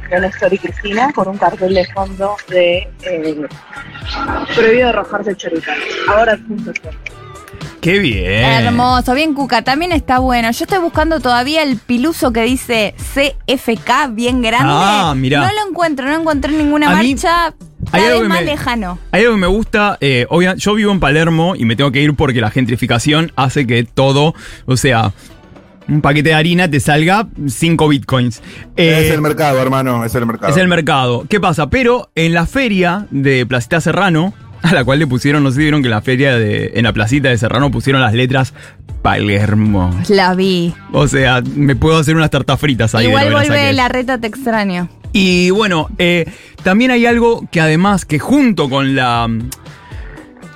Speaker 6: de Néstor y Cristina, con un cartel de fondo de eh, prohibido arrojarse choripanes. Ahora es punto cero.
Speaker 1: Qué bien.
Speaker 2: Hermoso, bien Cuca, también está bueno. Yo estoy buscando todavía el piluso que dice CFK bien grande.
Speaker 1: Ah, mirá.
Speaker 2: No lo encuentro, no encontré ninguna
Speaker 1: A mí
Speaker 2: marcha
Speaker 1: hay
Speaker 2: cada
Speaker 1: algo
Speaker 2: vez
Speaker 1: que
Speaker 2: más
Speaker 1: me-
Speaker 2: lejano.
Speaker 1: Hay algo que me gusta, eh, obvia- yo vivo en Palermo y me tengo que ir porque la gentrificación hace que todo, o sea, un paquete de harina te salga 5 bitcoins. Eh,
Speaker 4: es el mercado, hermano, es el mercado.
Speaker 1: es el mercado. ¿Qué pasa? Pero en la feria de Placita Serrano, a la cual le pusieron, no sé si vieron que en la feria de, en la placita de Serrano pusieron las letras Palermo.
Speaker 2: La vi.
Speaker 1: O sea, me puedo hacer unas tartas fritas ahí. de
Speaker 2: Igual
Speaker 1: lo que las
Speaker 2: vuelve
Speaker 1: saqué.
Speaker 2: la reta, te extraño.
Speaker 1: Y bueno, eh, también hay algo que además que junto con la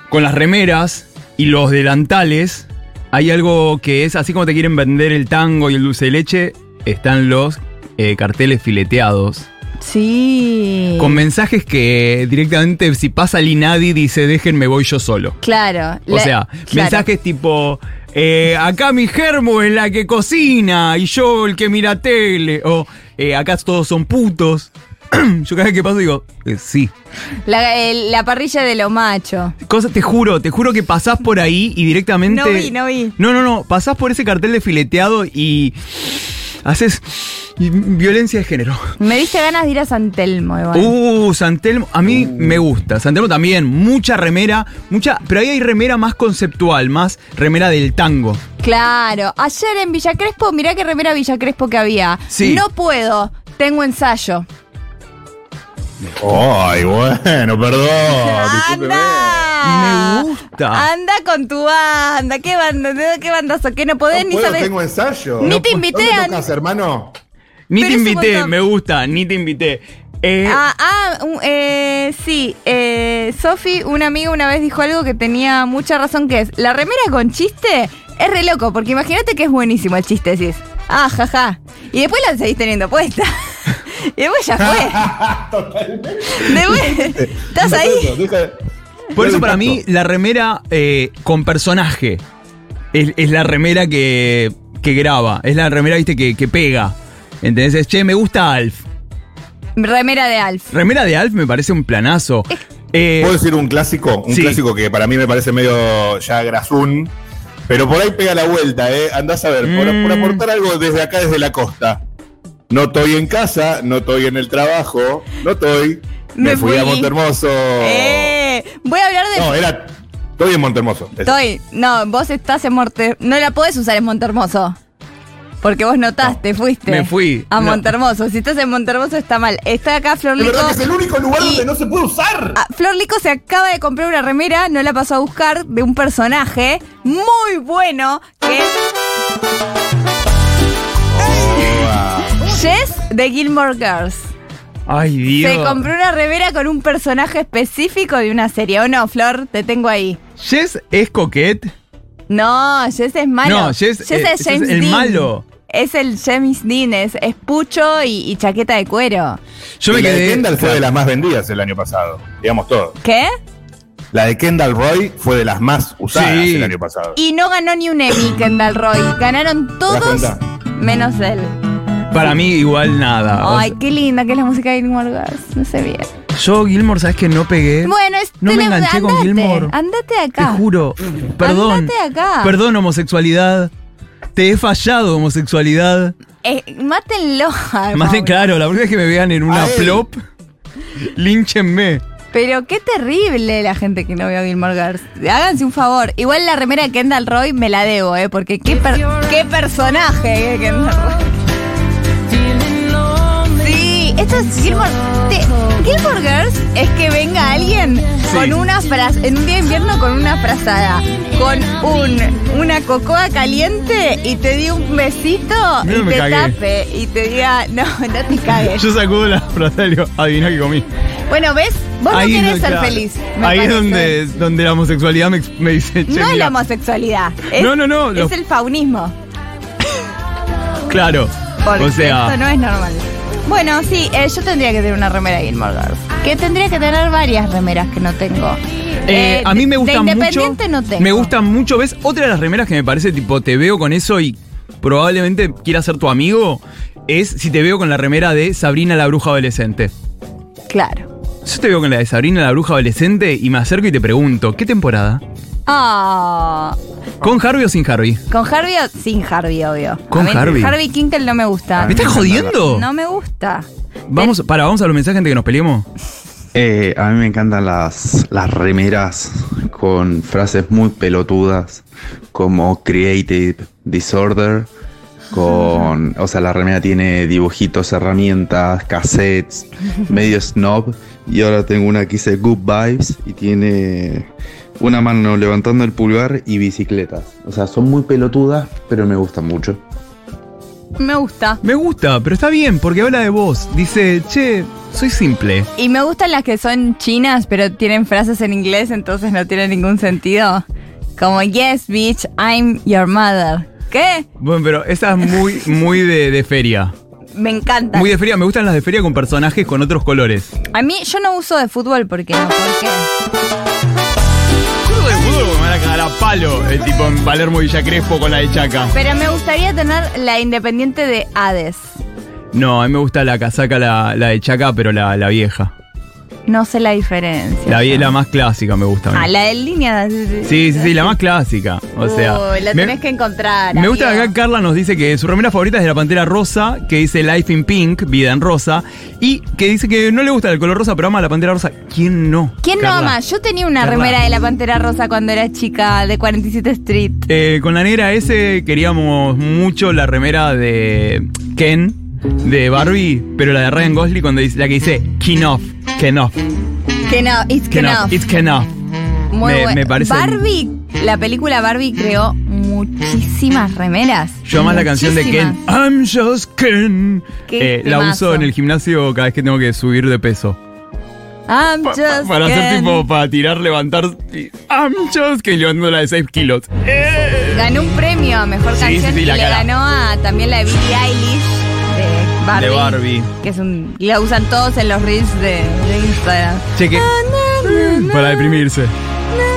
Speaker 1: con las remeras y los delantales hay algo que es así como te quieren vender el tango y el dulce de leche están los eh, carteles fileteados
Speaker 2: Sí.
Speaker 1: con mensajes que directamente si pasa el INADI dice déjenme voy yo solo.
Speaker 2: Claro.
Speaker 1: O
Speaker 2: la-
Speaker 1: sea,
Speaker 2: claro.
Speaker 1: mensajes tipo eh, acá mi germo es la que cocina y yo el que mira tele. O eh, acá todos son putos. yo cada vez que paso digo, eh, sí.
Speaker 2: La, el- la parrilla de lo macho.
Speaker 1: Cosa- te juro, te juro que pasás por ahí y directamente.
Speaker 2: No vi, no vi.
Speaker 1: No, no, no. Pasás por ese cartel de fileteado y. Haces y- violencia de género.
Speaker 2: Me diste ganas de ir a San Telmo, igual.
Speaker 1: Uh, Santelmo, a mí
Speaker 2: Uh.
Speaker 1: me gusta. Santelmo también, mucha remera, mucha, pero ahí hay remera más conceptual, más remera del tango.
Speaker 2: Claro. Ayer en Villa Crespo, mirá qué remera Villa Crespo que había.
Speaker 1: Sí.
Speaker 2: No puedo, tengo ensayo.
Speaker 4: Ay, bueno,
Speaker 1: Ah,
Speaker 4: perdón. discúlpeme.
Speaker 2: ¡Anda!
Speaker 1: Me gusta.
Speaker 2: Anda con tu banda. ¿Qué banda? de- ¿Qué bandazo? ¿Qué no podés
Speaker 4: No
Speaker 2: ni
Speaker 4: puedo,
Speaker 2: saber?
Speaker 4: tengo ensayo.
Speaker 2: Ni
Speaker 4: No
Speaker 2: te
Speaker 4: pu-
Speaker 2: invité
Speaker 4: ¿Dónde
Speaker 2: a-
Speaker 4: tocas, hermano?
Speaker 1: Ni
Speaker 2: Pero
Speaker 1: te
Speaker 2: es un
Speaker 1: invité,
Speaker 2: montón.
Speaker 1: me gusta, ni te invité. Eh,
Speaker 2: Ah, ah, un- eh, sí. Eh, Sofi, un amigo una vez dijo algo que tenía mucha razón, que es, la remera con chiste es re loco, porque imagínate que es buenísimo el chiste, decís, ah, jaja. Y después la seguís teniendo puesta. y después ya fue. Después, estás ahí.
Speaker 4: Perfecto, deja-
Speaker 1: por
Speaker 4: deja
Speaker 1: eso
Speaker 4: el
Speaker 1: para
Speaker 4: tacto.
Speaker 1: mí la remera eh, con personaje es, es la remera que, que graba, es la remera, viste, que, que pega. ¿Entendés? Es, Che, me gusta Alf.
Speaker 2: Remera de Alf.
Speaker 1: Remera de Alf me parece un planazo. Eh,
Speaker 4: ¿Puedo decir un clásico? Un
Speaker 1: Sí.
Speaker 4: clásico que para mí me parece medio ya grasún. Pero por ahí pega la vuelta, ¿eh? Andás a ver, por,
Speaker 1: Mm.
Speaker 4: por aportar algo desde acá, desde la costa. No estoy en casa, no estoy en el trabajo, no estoy. Me,
Speaker 2: Me
Speaker 4: fui, a
Speaker 2: fui.
Speaker 4: Montermoso.
Speaker 2: Eh, voy a hablar de...
Speaker 4: No, era. Estoy en Montermoso. Eso.
Speaker 2: Estoy, no, vos estás en Monte... No la podés usar en Montermoso. Porque vos notaste, fuiste.
Speaker 1: Me fui.
Speaker 2: A
Speaker 1: No.
Speaker 2: Montermoso. Si estás en Montermoso está mal. Está acá Flor
Speaker 4: De
Speaker 2: Lico.
Speaker 4: verdad que es el único lugar
Speaker 2: Y-
Speaker 4: donde no se puede usar.
Speaker 2: Ah, Flor Lico se acaba de comprar una remera, no la pasó a buscar, de un personaje muy bueno que es Ah. Jess de Gilmore Girls.
Speaker 1: Ay, Dios.
Speaker 2: Se compró una remera con un personaje específico de una serie. ¿O no, Flor? Te tengo ahí.
Speaker 1: Jess es coquette.
Speaker 2: No, Jess es malo.
Speaker 1: No, Jess, eh, Jess es el malo.
Speaker 2: Es el James Dean, es, es pucho y, y chaqueta de cuero.
Speaker 1: Yo me
Speaker 4: Y la
Speaker 1: quedé.
Speaker 4: de Kendall fue de las más vendidas el año pasado, digamos todo.
Speaker 2: ¿Qué?
Speaker 4: La de Kendall Roy fue de las más usadas
Speaker 1: Sí.
Speaker 4: el año pasado.
Speaker 2: Y no ganó ni un Emmy Kendall Roy. Ganaron todos
Speaker 4: cuenta?
Speaker 2: menos él.
Speaker 1: Para mí igual nada. O
Speaker 2: Ay, qué linda que es la música de Gilmore Girls. No sé bien.
Speaker 1: sea, yo Gilmore, ¿sabes que no pegué?
Speaker 2: Bueno, es
Speaker 1: Eh, No me
Speaker 2: tele-
Speaker 1: enganché con Gilmore.
Speaker 2: Andate de
Speaker 1: Te
Speaker 2: acá.
Speaker 1: juro. Perdón.
Speaker 2: Andate de acá.
Speaker 1: Perdón, homosexualidad. Te he fallado, homosexualidad.
Speaker 2: Eh, mátenlo. a
Speaker 1: Más de
Speaker 2: Mauro.
Speaker 1: claro, la próxima vez que me vean en una
Speaker 4: Ay.
Speaker 1: flop, línchenme.
Speaker 2: Pero qué terrible la gente que no vio Gilmore Girls. Háganse un favor. Igual la remera de Kendall Roy me la debo, ¿eh? Porque qué, per- qué personaje eh, Kendall Roy. Sí, esto es Gilmore... te- Gilmore Girls es que venga alguien con una frase, en un día de invierno con una frazada, con un, una cocoa caliente y te dé un besito
Speaker 1: Mira,
Speaker 2: y
Speaker 1: me
Speaker 2: te
Speaker 1: cagué.
Speaker 2: tape y te diga, no, no te cagues.
Speaker 1: Yo sacudo la frase y digo, adivina que comí.
Speaker 2: Bueno, ¿ves? Vos
Speaker 1: Ahí
Speaker 2: no
Speaker 1: es
Speaker 2: querés
Speaker 1: donde-
Speaker 2: ser
Speaker 1: claro.
Speaker 2: feliz. me
Speaker 1: Ahí es
Speaker 2: parece.
Speaker 1: donde, donde la homosexualidad me, me dice, che,
Speaker 2: No es la
Speaker 1: mira,
Speaker 2: homosexualidad. es-
Speaker 1: No, no, no,
Speaker 2: Es
Speaker 1: lo-
Speaker 2: el faunismo.
Speaker 1: claro.
Speaker 2: Porque
Speaker 1: O sea,
Speaker 2: esto no es normal. Bueno, sí, eh, yo tendría que tener una remera Gilmore Girls. Que tendría que tener varias remeras que no tengo.
Speaker 1: Eh,
Speaker 2: Eh,
Speaker 1: a mí me
Speaker 2: de-
Speaker 1: gusta
Speaker 2: de
Speaker 1: mucho.
Speaker 2: Independiente no tengo.
Speaker 1: Me gustan mucho. ¿Ves? Otra de las remeras que me parece, tipo, te veo con eso y probablemente quiera ser tu amigo, es si te veo con la remera de Sabrina la Bruja Adolescente.
Speaker 2: Claro.
Speaker 1: Yo te veo con la de Sabrina la Bruja Adolescente y me acerco y te pregunto, ¿qué temporada?
Speaker 2: Ah,
Speaker 1: ¿Con Harvey o sin Harvey?
Speaker 2: ¿Con Harvey o sin Harvey, obvio?
Speaker 1: Con
Speaker 2: A mí
Speaker 1: Harvey.
Speaker 2: Harvey Kinkle no me gusta.
Speaker 1: ¿Me estás jodiendo?
Speaker 2: No me gusta.
Speaker 1: Vamos, para, vamos a los mensajes antes de que nos peleemos.
Speaker 7: Eh, a mí me encantan las, las remeras con frases muy pelotudas, como creative disorder, con, o sea, la remera tiene dibujitos, herramientas, cassettes, medio snob, y ahora tengo una que dice good vibes y tiene una mano levantando el pulgar y bicicletas. O sea, son muy pelotudas, pero me gustan mucho.
Speaker 2: Me gusta.
Speaker 1: Me gusta, pero está bien, porque habla de vos. Dice, che, soy simple.
Speaker 2: Y me gustan las que son chinas, pero tienen frases en inglés, entonces no tienen ningún sentido. Como, yes, bitch, I'm your mother. ¿Qué?
Speaker 1: Bueno, pero esa es muy, muy de, de feria.
Speaker 2: Me encanta.
Speaker 1: Muy de feria, me gustan las de feria con personajes con otros colores.
Speaker 2: A mí, yo no uso de fútbol porque no, porque...
Speaker 1: Yo de fútbol porque me van a cagar a palo, el tipo en Palermo Villa Crespo con la de Chaca.
Speaker 2: Pero me gustaría tener la independiente de Hades.
Speaker 1: No, a mí me gusta la casaca, la, la de Chaca, pero la, la vieja.
Speaker 2: No sé la diferencia.
Speaker 1: La, vie- la más clásica me gusta. a mí.
Speaker 2: Ah, la de línea.
Speaker 1: Sí, sí, sí, la más clásica. O sea,
Speaker 2: Uy, Oh, la
Speaker 1: me-
Speaker 2: tenés que encontrar.
Speaker 1: Me gusta que
Speaker 2: amigo.
Speaker 1: acá Carla nos dice que su remera favorita es de la Pantera Rosa, que dice Life in Pink, Vida en Rosa, y que dice que no le gusta el color rosa, pero ama la Pantera Rosa. ¿Quién no?
Speaker 2: ¿Quién
Speaker 1: Carla?
Speaker 2: no ama? Yo tenía una
Speaker 1: Carla.
Speaker 2: remera de la Pantera Rosa cuando era chica, de 47 Street.
Speaker 1: Eh, con la negra S queríamos mucho la remera de Ken, de Barbie, pero la de Ryan Gosling, cuando dice, la que dice Ken off, Ken off,
Speaker 2: Que no, it's que
Speaker 1: Ken
Speaker 2: no.
Speaker 1: off, it's Ken off.
Speaker 2: Muy
Speaker 1: me-
Speaker 2: bueno.
Speaker 1: me parece-
Speaker 2: Barbie, la película Barbie creó muchísimas remeras.
Speaker 1: Yo más la canción de Ken,
Speaker 2: Muchísimas.
Speaker 1: I'm just Ken.
Speaker 2: Qué
Speaker 1: Eh, la
Speaker 2: temazo.
Speaker 1: uso en el gimnasio cada vez que tengo que subir de peso.
Speaker 2: I'm
Speaker 1: Pa- pa-
Speaker 2: just
Speaker 1: para hacer
Speaker 2: Ken.
Speaker 1: tipo, para tirar, levantar. y- I'm just que levantando la de 6 kilos.
Speaker 2: Ganó un premio a mejor
Speaker 1: Sí,
Speaker 2: canción
Speaker 1: sí, sí, la
Speaker 2: y le
Speaker 1: cara.
Speaker 2: ganó a también la de Billie Eilish de Barbie.
Speaker 1: De Barbie.
Speaker 2: Que es un, la usan todos en los reels de, de Instagram.
Speaker 1: Cheque. Para deprimirse.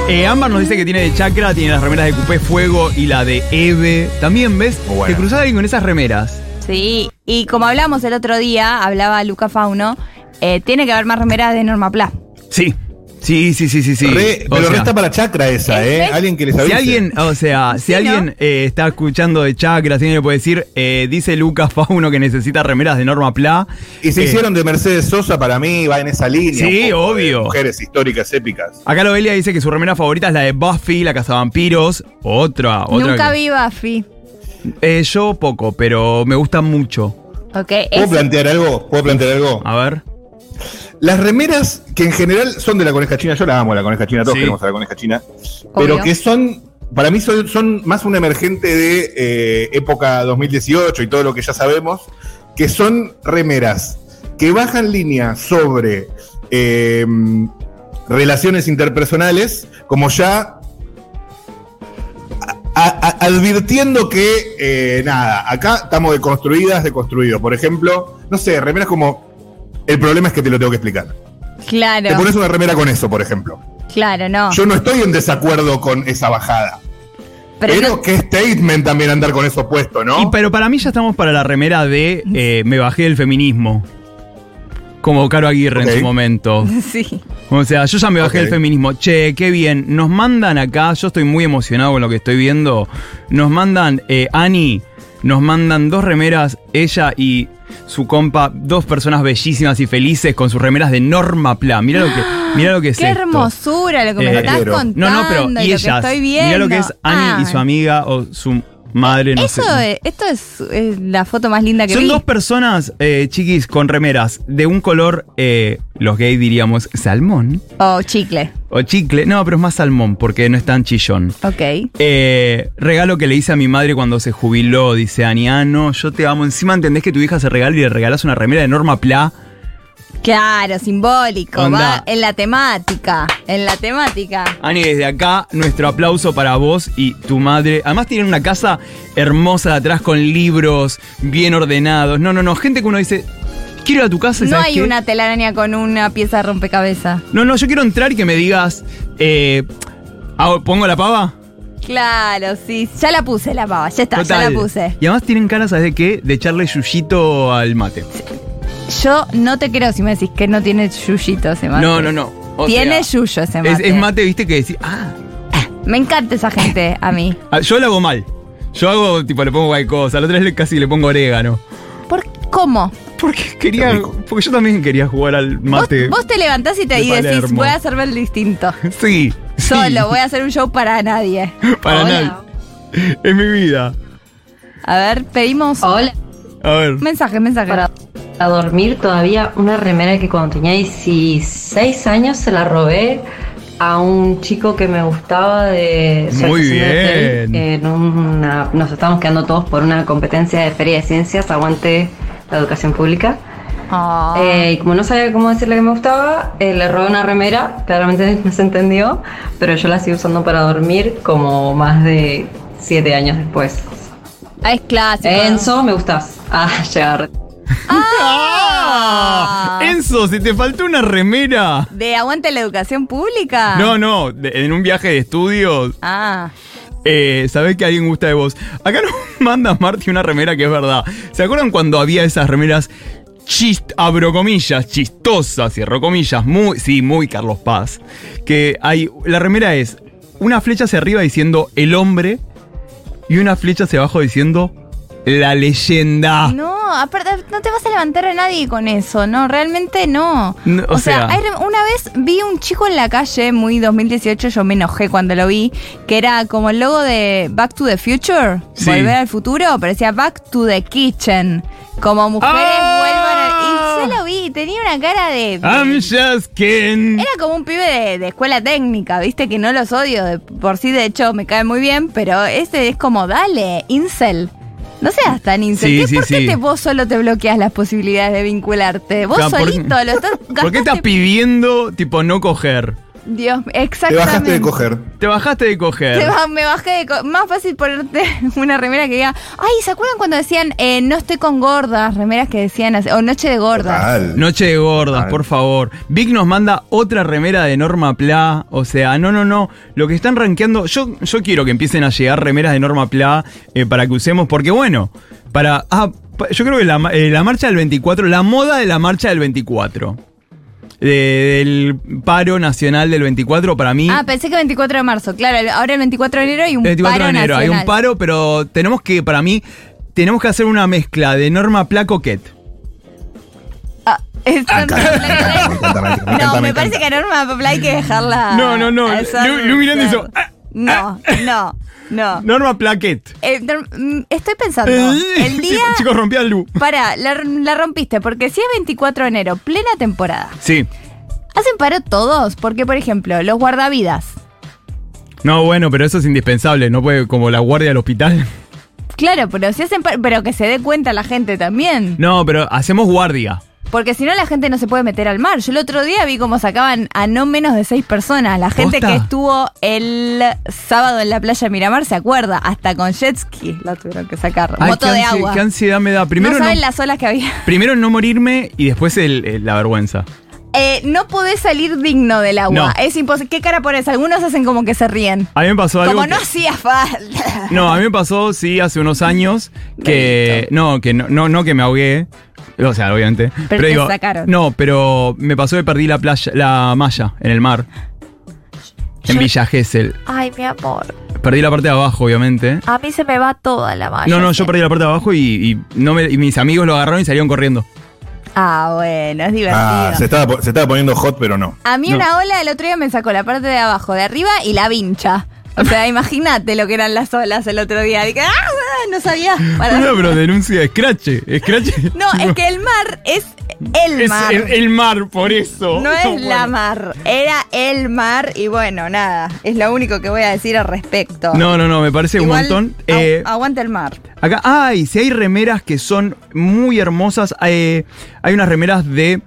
Speaker 1: Eh, Ámbar nos dice que tiene de Chakra, tiene las remeras de Coupé Fuego y la de Eve. También, ¿ves?
Speaker 7: Bueno.
Speaker 1: Te cruzás ahí con esas remeras.
Speaker 2: Sí, y como hablamos el otro día, hablaba Luca Fauno, eh, tiene que haber más remeras de Norma Pla.
Speaker 1: Sí. Sí, sí, sí, sí, sí.
Speaker 4: Re-
Speaker 1: O
Speaker 4: pero
Speaker 1: sea,
Speaker 4: resta para chakra esa, ¿eh?
Speaker 2: Perfecto.
Speaker 4: Alguien que les
Speaker 1: Si
Speaker 4: avise.
Speaker 1: alguien, o sea, si
Speaker 2: Sí, ¿no?
Speaker 1: alguien eh, está escuchando de Chakra, si alguien le puede decir, eh, dice Lucas Fauno que necesita remeras de Norma Pla.
Speaker 4: Y se
Speaker 1: Eh,
Speaker 4: hicieron de Mercedes Sosa, para mí va en esa
Speaker 1: Sí,
Speaker 4: línea. un poco de
Speaker 1: obvio.
Speaker 4: Mujeres históricas épicas.
Speaker 1: Acá Lobelia dice que su remera favorita es la de Buffy, la Cazavampiros. Otra, otra.
Speaker 2: Nunca
Speaker 1: que-
Speaker 2: vi Buffy.
Speaker 1: Eh, yo poco, pero me gusta mucho.
Speaker 2: Ok,
Speaker 4: ¿Puedo
Speaker 2: es-
Speaker 4: plantear algo? ¿Puedo plantear algo?
Speaker 1: A ver.
Speaker 4: Las remeras que en general son de la coneja china, yo la amo la coneja china, todos
Speaker 1: Sí.
Speaker 4: queremos a la coneja china, pero
Speaker 2: Obvio.
Speaker 4: que son, para mí son, son más un emergente de eh, época 2018 y todo lo que ya sabemos, que son remeras que bajan línea sobre eh, relaciones interpersonales, como ya a- a- advirtiendo que, eh, nada, acá estamos deconstruidas, deconstruidos. Por ejemplo, no sé, remeras como... El problema es que te lo tengo que explicar. Te
Speaker 2: claro, Ah.
Speaker 4: pones una remera con eso, por ejemplo.
Speaker 2: claro, no.
Speaker 4: Yo no estoy en desacuerdo con esa bajada. Pero,
Speaker 2: Pero no-
Speaker 4: qué statement también andar con eso puesto, ¿no?
Speaker 1: Y pero para mí ya estamos para la remera de eh, Me bajé del feminismo. Como Caro Aguirre
Speaker 4: Ok.
Speaker 1: en su momento.
Speaker 2: sí.
Speaker 1: O sea, yo ya me bajé
Speaker 4: Ok.
Speaker 1: del feminismo. Che, qué bien. Nos mandan acá, yo estoy muy emocionado con lo que estoy viendo. Nos mandan, eh, Ani, nos mandan dos remeras, ella y su compa, dos personas bellísimas y felices con sus remeras de Norma Pla. Mirá lo que, mirá lo que es
Speaker 2: Qué
Speaker 1: esto.
Speaker 2: hermosura lo que me
Speaker 1: Eh,
Speaker 2: estás
Speaker 4: quiero.
Speaker 2: contando.
Speaker 1: No, no, pero
Speaker 2: y
Speaker 1: y
Speaker 2: lo
Speaker 1: ellas.
Speaker 2: que estoy viendo.
Speaker 1: Mirá lo que es Ani y su
Speaker 2: Ah,
Speaker 1: amiga o su madre, no
Speaker 2: Eso
Speaker 1: sé.
Speaker 2: es- esto es, es la foto más linda que
Speaker 1: Son
Speaker 2: vi.
Speaker 1: dos personas, eh, chiquis, con remeras de un color, eh, los gays diríamos salmón
Speaker 2: Oh, chicle.
Speaker 1: o chicle. No, pero es más salmón porque no es tan chillón.
Speaker 2: Ok.
Speaker 1: Eh, regalo que le hice a mi madre cuando se jubiló, dice Ani, ah, no, yo te amo. Encima entendés que tu hija se regala y le regalás una remera de Norma Pla.
Speaker 2: Claro, simbólico.
Speaker 1: Onda.
Speaker 2: Va en la temática. En la temática.
Speaker 1: Ani, desde acá, nuestro aplauso para vos y tu madre. Además tienen una casa hermosa de atrás con libros bien ordenados. No, no, no, gente que uno dice, quiero ir a tu casa y
Speaker 2: No
Speaker 1: ¿sabes
Speaker 2: hay
Speaker 1: qué?
Speaker 2: una telaraña con una pieza de rompecabezas.
Speaker 1: No, no, yo quiero entrar y que me digas, eh, ah, ¿pongo la pava?
Speaker 2: Claro, sí. Ya la puse la pava. Ya está, ya
Speaker 1: Total.
Speaker 2: la puse.
Speaker 1: Y además tienen caras, ¿sabes de qué? De echarle yuyito al mate.
Speaker 2: Yo no te creo si me decís que no tiene yuyito ese mate.
Speaker 1: No, no, no. O
Speaker 2: tiene
Speaker 1: sea,
Speaker 2: yuyo ese
Speaker 1: Es,
Speaker 2: mate.
Speaker 1: es mate, viste, que decís, ah,
Speaker 2: Me encanta esa gente a mí.
Speaker 1: ah, yo lo hago mal. Yo hago, tipo, le pongo cualquier cosa. La otra vez le- casi le pongo orégano.
Speaker 2: ¿Por cómo?
Speaker 1: Porque quería,
Speaker 4: rico.
Speaker 1: porque yo también quería jugar al
Speaker 2: Vos,
Speaker 1: mate.
Speaker 2: vos te levantás y te
Speaker 1: de
Speaker 2: y decís,
Speaker 1: Palermo.
Speaker 2: voy a hacerme el distinto.
Speaker 1: Sí. sí.
Speaker 2: Solo, voy a hacer un show para nadie.
Speaker 1: Para
Speaker 5: Hola.
Speaker 1: nadie. Es mi vida.
Speaker 2: A ver, pedimos
Speaker 8: Hola,
Speaker 1: A ver.
Speaker 2: mensaje, mensaje.
Speaker 8: para, para dormir todavía una remera que cuando tenía 16 años se la robé a un chico que me gustaba de su
Speaker 1: Muy
Speaker 8: estación de
Speaker 1: bien.
Speaker 8: hotel, en una- nos estábamos quedando todos por una competencia de feria de ciencias, aguante la educación pública.
Speaker 2: Oh.
Speaker 8: Eh, y como no sabía cómo decirle que me gustaba, eh, le robé una remera, claramente no se entendió, pero yo la sigo usando para dormir como más de 7 años después.
Speaker 2: Ah, es clásico.
Speaker 8: Enzo, me gustas. Ah, llegar.
Speaker 1: ¡Ah! Enzo, si te faltó una remera.
Speaker 2: ¿De aguante la educación pública?
Speaker 1: No, no, de- en un viaje de estudios,
Speaker 2: Ah,
Speaker 1: eh, sabés que alguien gusta de vos. Acá nos manda Marti una remera que es verdad. ¿Se acuerdan cuando había esas remeras chist, abro comillas, chistosas, cierro comillas, muy, sí, muy Carlos Paz? Que hay, la remera es una flecha hacia arriba diciendo el hombre y una flecha hacia abajo diciendo la leyenda.
Speaker 2: no, aparte no te vas a levantar a nadie con eso, no, realmente no.
Speaker 1: No, o
Speaker 2: o sea,
Speaker 1: sea-
Speaker 2: hay rem- una vez vi un chico en la calle, muy 2018, yo me enojé cuando lo vi, que era como el logo de Back to the Future,
Speaker 1: Sí.
Speaker 2: Volver al Futuro, pero decía Back to the Kitchen, como mujeres
Speaker 1: ¡Ah!
Speaker 2: vuelvan al... Y yo lo vi, tenía una cara de...
Speaker 1: I'm just kidding.
Speaker 2: Era como un pibe de, de escuela técnica, viste, que no los odio de- por sí, de hecho me cae muy bien, pero este es como, dale, incel. No seas tan incel.
Speaker 1: Sí,
Speaker 2: ¿Qué-
Speaker 1: sí,
Speaker 2: ¿Por qué
Speaker 1: sí.
Speaker 2: te- vos solo te bloqueas las posibilidades de vincularte? Vos
Speaker 1: Ah, ¿por-
Speaker 2: solito lo estás
Speaker 1: ¿Por qué estás
Speaker 2: gastaste-
Speaker 1: pidiendo, tipo, no coger?
Speaker 2: Dios,
Speaker 4: Te
Speaker 2: exactamente.
Speaker 4: bajaste de coger.
Speaker 1: Te bajaste de coger.
Speaker 2: Te ba- me bajé de co- Más fácil ponerte una remera que diga, ay, ¿se acuerdan cuando decían eh, no estoy con gordas? Remeras que decían, así- o noche de gordas.
Speaker 1: Ah,
Speaker 4: Total.
Speaker 1: Noche de gordas,
Speaker 7: Ay.
Speaker 1: por favor. Vic nos manda otra remera de Norma Pla. O sea, no, no, no. Lo que están rankeando. Yo, yo quiero que empiecen a llegar remeras de Norma Pla eh, para que usemos. Porque, bueno, para. Ah, pa- yo creo que la, ma- eh, la marcha del 24, la moda de la marcha del 24. de- del paro nacional del 24, para mí.
Speaker 2: Ah, pensé que 24 de marzo, claro, el- ahora el 24 de enero hay un
Speaker 1: 24
Speaker 2: paro
Speaker 1: de enero.
Speaker 2: nacional.
Speaker 1: Hay un paro, pero tenemos que, para mí, tenemos que hacer una mezcla de Norma Pla Coquette.
Speaker 2: Ah, es
Speaker 4: Ah,
Speaker 2: tan-
Speaker 4: claro, me encanta, me encanta, me encanta,
Speaker 2: No, me
Speaker 4: encanta.
Speaker 2: parece que a Norma Papla hay que dejarla.
Speaker 1: No, no, no.
Speaker 2: a esa-
Speaker 1: Lu- Lu Miranda hizo, ah,
Speaker 2: No, no, no.
Speaker 1: Norma Plaquette.
Speaker 2: Eh, Norm- mm, estoy pensando.
Speaker 1: Eh,
Speaker 2: El día.
Speaker 1: Chicos, chicos, rompí al Lu.
Speaker 2: Para, la, la rompiste, porque si es 24 de enero, plena temporada.
Speaker 1: Sí.
Speaker 2: ¿Hacen paro todos? Porque, por ejemplo, los guardavidas.
Speaker 1: No, bueno, pero eso es indispensable. No puede, como la guardia del hospital.
Speaker 2: Claro, pero si hacen paro, pero que se dé cuenta la gente también.
Speaker 1: No, pero hacemos guardia.
Speaker 2: Porque si no, la gente no se puede meter al mar. Yo el otro día vi cómo sacaban a no menos de seis personas. La gente
Speaker 1: ¿Posta?
Speaker 2: que estuvo el sábado en la playa Miramar se acuerda. Hasta con jet ski la tuvieron que sacar.
Speaker 1: Ay,
Speaker 2: Moto
Speaker 1: qué
Speaker 2: de
Speaker 1: ansi-
Speaker 2: agua.
Speaker 1: Qué ansiedad me da. Primero
Speaker 2: no
Speaker 1: no,
Speaker 2: saben las olas que había.
Speaker 1: primero no morirme y después el- el- la vergüenza.
Speaker 2: Eh, no podés salir digno del agua.
Speaker 1: No.
Speaker 2: Es imposible. ¿Qué cara pones? Algunos hacen como que se ríen.
Speaker 1: A mí me pasó algo.
Speaker 2: Como
Speaker 1: que-
Speaker 2: no hacía falta.
Speaker 1: No, a mí me pasó, sí, hace unos años que. No, que no, no, no que me ahogué. O sea, obviamente. Pero,
Speaker 2: te
Speaker 1: digo,
Speaker 2: sacaron.
Speaker 1: No, pero me pasó que perdí la playa, la malla en el mar. En Villa Gesell.
Speaker 9: Ay, mi amor,
Speaker 1: Perdí la parte de abajo, obviamente.
Speaker 9: a mí se me va toda la
Speaker 2: Ah,
Speaker 9: malla.
Speaker 1: No, no, yo perdí la parte de abajo y, y no me- y mis amigos lo agarraron y salieron corriendo.
Speaker 2: Ah, bueno, es divertido.
Speaker 4: Ah, se estaba, po- se estaba poniendo hot, pero no.
Speaker 2: A mí
Speaker 1: No.
Speaker 2: una ola el otro día me sacó la parte de abajo, de arriba y la vincha. O sea, imagínate lo que eran las olas el otro día. Dije, ¡ah! No sabía. Para-
Speaker 1: No, pero denuncia de Scratch. Scratch.
Speaker 2: No, es que el mar es el
Speaker 1: Es
Speaker 2: mar.
Speaker 1: el, el mar, por eso.
Speaker 2: no es la
Speaker 1: bueno.
Speaker 2: mar, era el mar y bueno, nada, es lo único que voy a decir al respecto.
Speaker 1: No, no, no, me parece
Speaker 2: Igual,
Speaker 1: un montón.
Speaker 2: agu-
Speaker 1: Eh,
Speaker 2: aguanta el mar.
Speaker 1: Acá, ay, si hay remeras que son muy hermosas. eh, hay unas remeras de.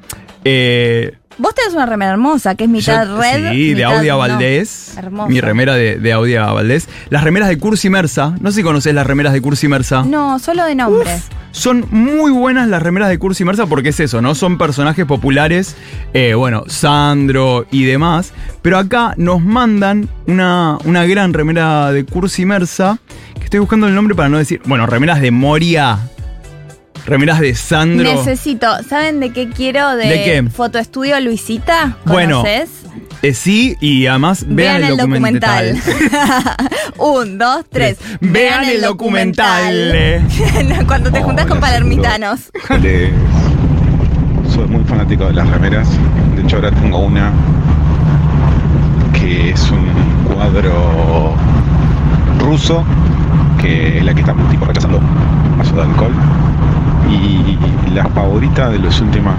Speaker 1: eh,
Speaker 2: Vos tenés una remera hermosa que es mitad
Speaker 1: yo-
Speaker 2: red.
Speaker 1: Sí, de
Speaker 2: mitad
Speaker 1: Audia
Speaker 2: no.
Speaker 1: Valdés.
Speaker 2: Hermosa.
Speaker 1: Mi remera de, de Audia Valdés. Las remeras de Cursi Mersa. No sé si conoces las remeras de Cursi Mersa.
Speaker 2: No, solo de nombre.
Speaker 1: Son muy buenas las remeras de Cursi Mersa porque es eso, ¿no? Son personajes populares, eh, bueno, Sandro y demás. Pero acá nos mandan una, una gran remera de Cursi Mersa, que estoy buscando el nombre para no decir, bueno, remeras de Moria, remeras de Sandro.
Speaker 2: Necesito, ¿saben de qué quiero? De,
Speaker 1: ¿De qué?
Speaker 2: Fotoestudio Luisita.
Speaker 1: Bueno,
Speaker 2: ¿Conoces?
Speaker 1: Eh, sí, y además vean, el, documental.
Speaker 2: Un, dos, tres.
Speaker 1: Vean el documental.
Speaker 2: documental. Cuando te juntas con
Speaker 7: Hola,
Speaker 2: palermitanos.
Speaker 7: Oh, Le- soy muy fanático de las remeras. De hecho, ahora tengo una que es un cuadro ruso, que es la que estamos tipo rechazando vaso de alcohol. Y la favorita de los últimos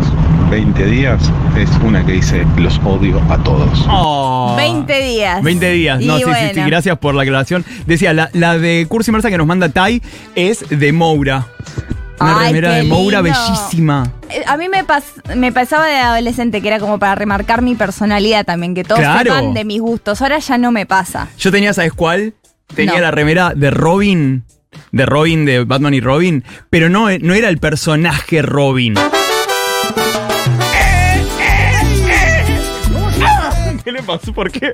Speaker 7: 20 días es una que dice los odio a todos.
Speaker 1: Oh.
Speaker 2: 20 días.
Speaker 1: 20 días, no,
Speaker 2: Y
Speaker 1: sí, sí, sí,
Speaker 2: bueno.
Speaker 1: gracias por la aclaración. Decía, la, la de Cursi Mersa que nos manda Tai es de Moura. Una
Speaker 2: Ay,
Speaker 1: remera
Speaker 2: qué
Speaker 1: de Moura
Speaker 2: lindo.
Speaker 1: bellísima.
Speaker 2: Eh, A mí me, pas- me pasaba de adolescente que era como para remarcar mi personalidad también, que todos
Speaker 1: Claro.
Speaker 2: sepan de mis gustos. Ahora ya no me pasa.
Speaker 1: Yo tenía, ¿sabes cuál? Tenía
Speaker 2: No.
Speaker 1: la remera de Robin, de Robin, de Batman y Robin, pero no, eh, no era el personaje
Speaker 2: Eh,
Speaker 1: Robin.
Speaker 2: eh.
Speaker 1: ¿Qué le pasó? ¿Por qué?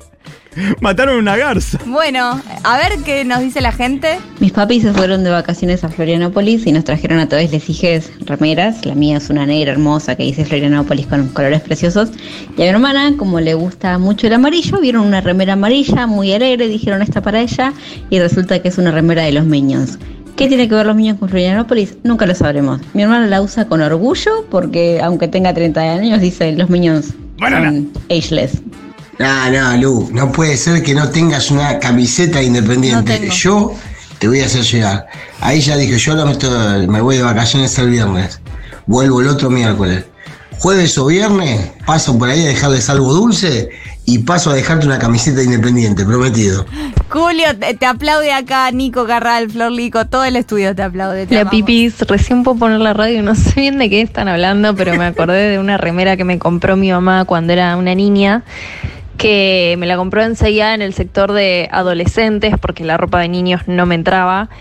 Speaker 1: Mataron una garza.
Speaker 2: Bueno, a ver qué nos dice la gente.
Speaker 5: Mis papis se fueron de vacaciones a Florianópolis y nos trajeron a todos, les dije, remeras. La mía es una negra hermosa que dice Florianópolis con colores preciosos. Y a mi hermana, como le gusta mucho el amarillo, vieron una remera amarilla muy alegre, dijeron esta para ella y resulta que es una remera de los Minions. ¿Qué tiene que ver los Minions con Florianópolis? Nunca lo sabremos. Mi hermana la usa con orgullo porque aunque tenga 30 años dice los Minions son ageless.
Speaker 8: No, no, Lu, no puede ser que no tengas una camiseta independiente.
Speaker 5: tengo.
Speaker 8: yo te voy a hacer llegar. Ahí ya dije, yo ahora estoy- me voy de vacaciones el viernes. Vuelvo el otro miércoles. Jueves o viernes paso por ahí a dejarles algo dulce y paso a dejarte una camiseta independiente, prometido.
Speaker 2: Julio, te, te aplaude acá Nico Carral, Flor Lico, todo el estudio te aplaude. te
Speaker 10: La
Speaker 2: amamos.
Speaker 10: pipis, recién puedo poner la radio y no sé bien de qué están hablando, pero me acordé de una remera que me compró mi mamá cuando era una niña, que me la compró enseguida en el sector de adolescentes, porque la ropa de niños no me entraba.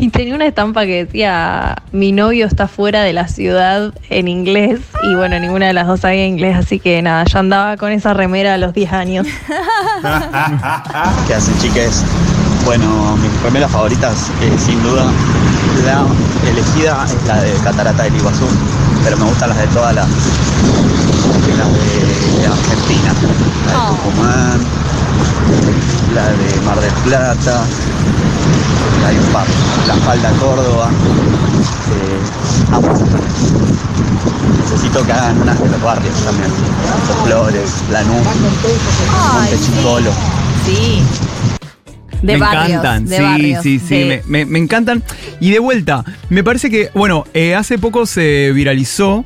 Speaker 10: Y tenía una estampa que decía, mi novio está fuera de la ciudad en inglés. Y bueno, ninguna de las dos sabía inglés, así que nada, yo andaba con esa remera a los 10 años.
Speaker 7: ¿Qué hacen, chiques? Bueno, mis primeras favoritas, eh, sin duda, la elegida es la de Catarata del Iguazú, pero me gustan las de todas las, las de, de Argentina. La de Tucumán, la de Mar del Plata, hay un par, La Falda Córdoba. eh, ambas. Necesito que hagan unas de los barrios también. Los Flores, Lanús, Monte Chicolo.
Speaker 2: Sí. De
Speaker 1: me
Speaker 2: barrios,
Speaker 1: encantan,
Speaker 2: de
Speaker 1: sí,
Speaker 2: barrios,
Speaker 1: sí, sí,
Speaker 2: de-
Speaker 1: me, me- me encantan. Y de vuelta, me parece que, bueno, eh, hace poco se viralizó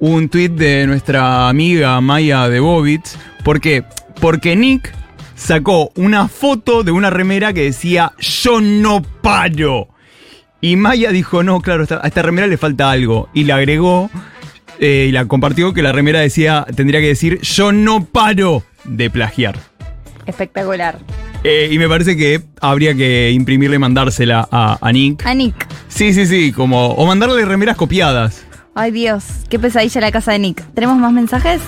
Speaker 1: un tuit de nuestra amiga Maya de Bobitz, porque, porque Nick sacó una foto de una remera que decía yo no paro. Y Maya dijo, no, claro, esta- a esta remera le falta algo. Y la agregó eh, y la compartió que la remera decía, tendría que decir yo no paro de plagiar.
Speaker 2: Espectacular.
Speaker 1: Eh, y me parece que habría que imprimirle y mandársela a, a Nick.
Speaker 2: A Nick.
Speaker 1: Sí, sí, sí, como. O mandarle remeras copiadas.
Speaker 2: Ay Dios, qué pesadilla la casa de Nick. ¿Tenemos más mensajes?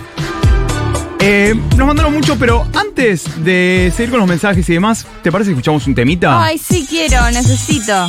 Speaker 1: Eh, nos mandaron mucho, pero antes Ah. de seguir con los mensajes y demás, ¿te parece que escuchamos un temita?
Speaker 2: Ay, sí quiero, necesito.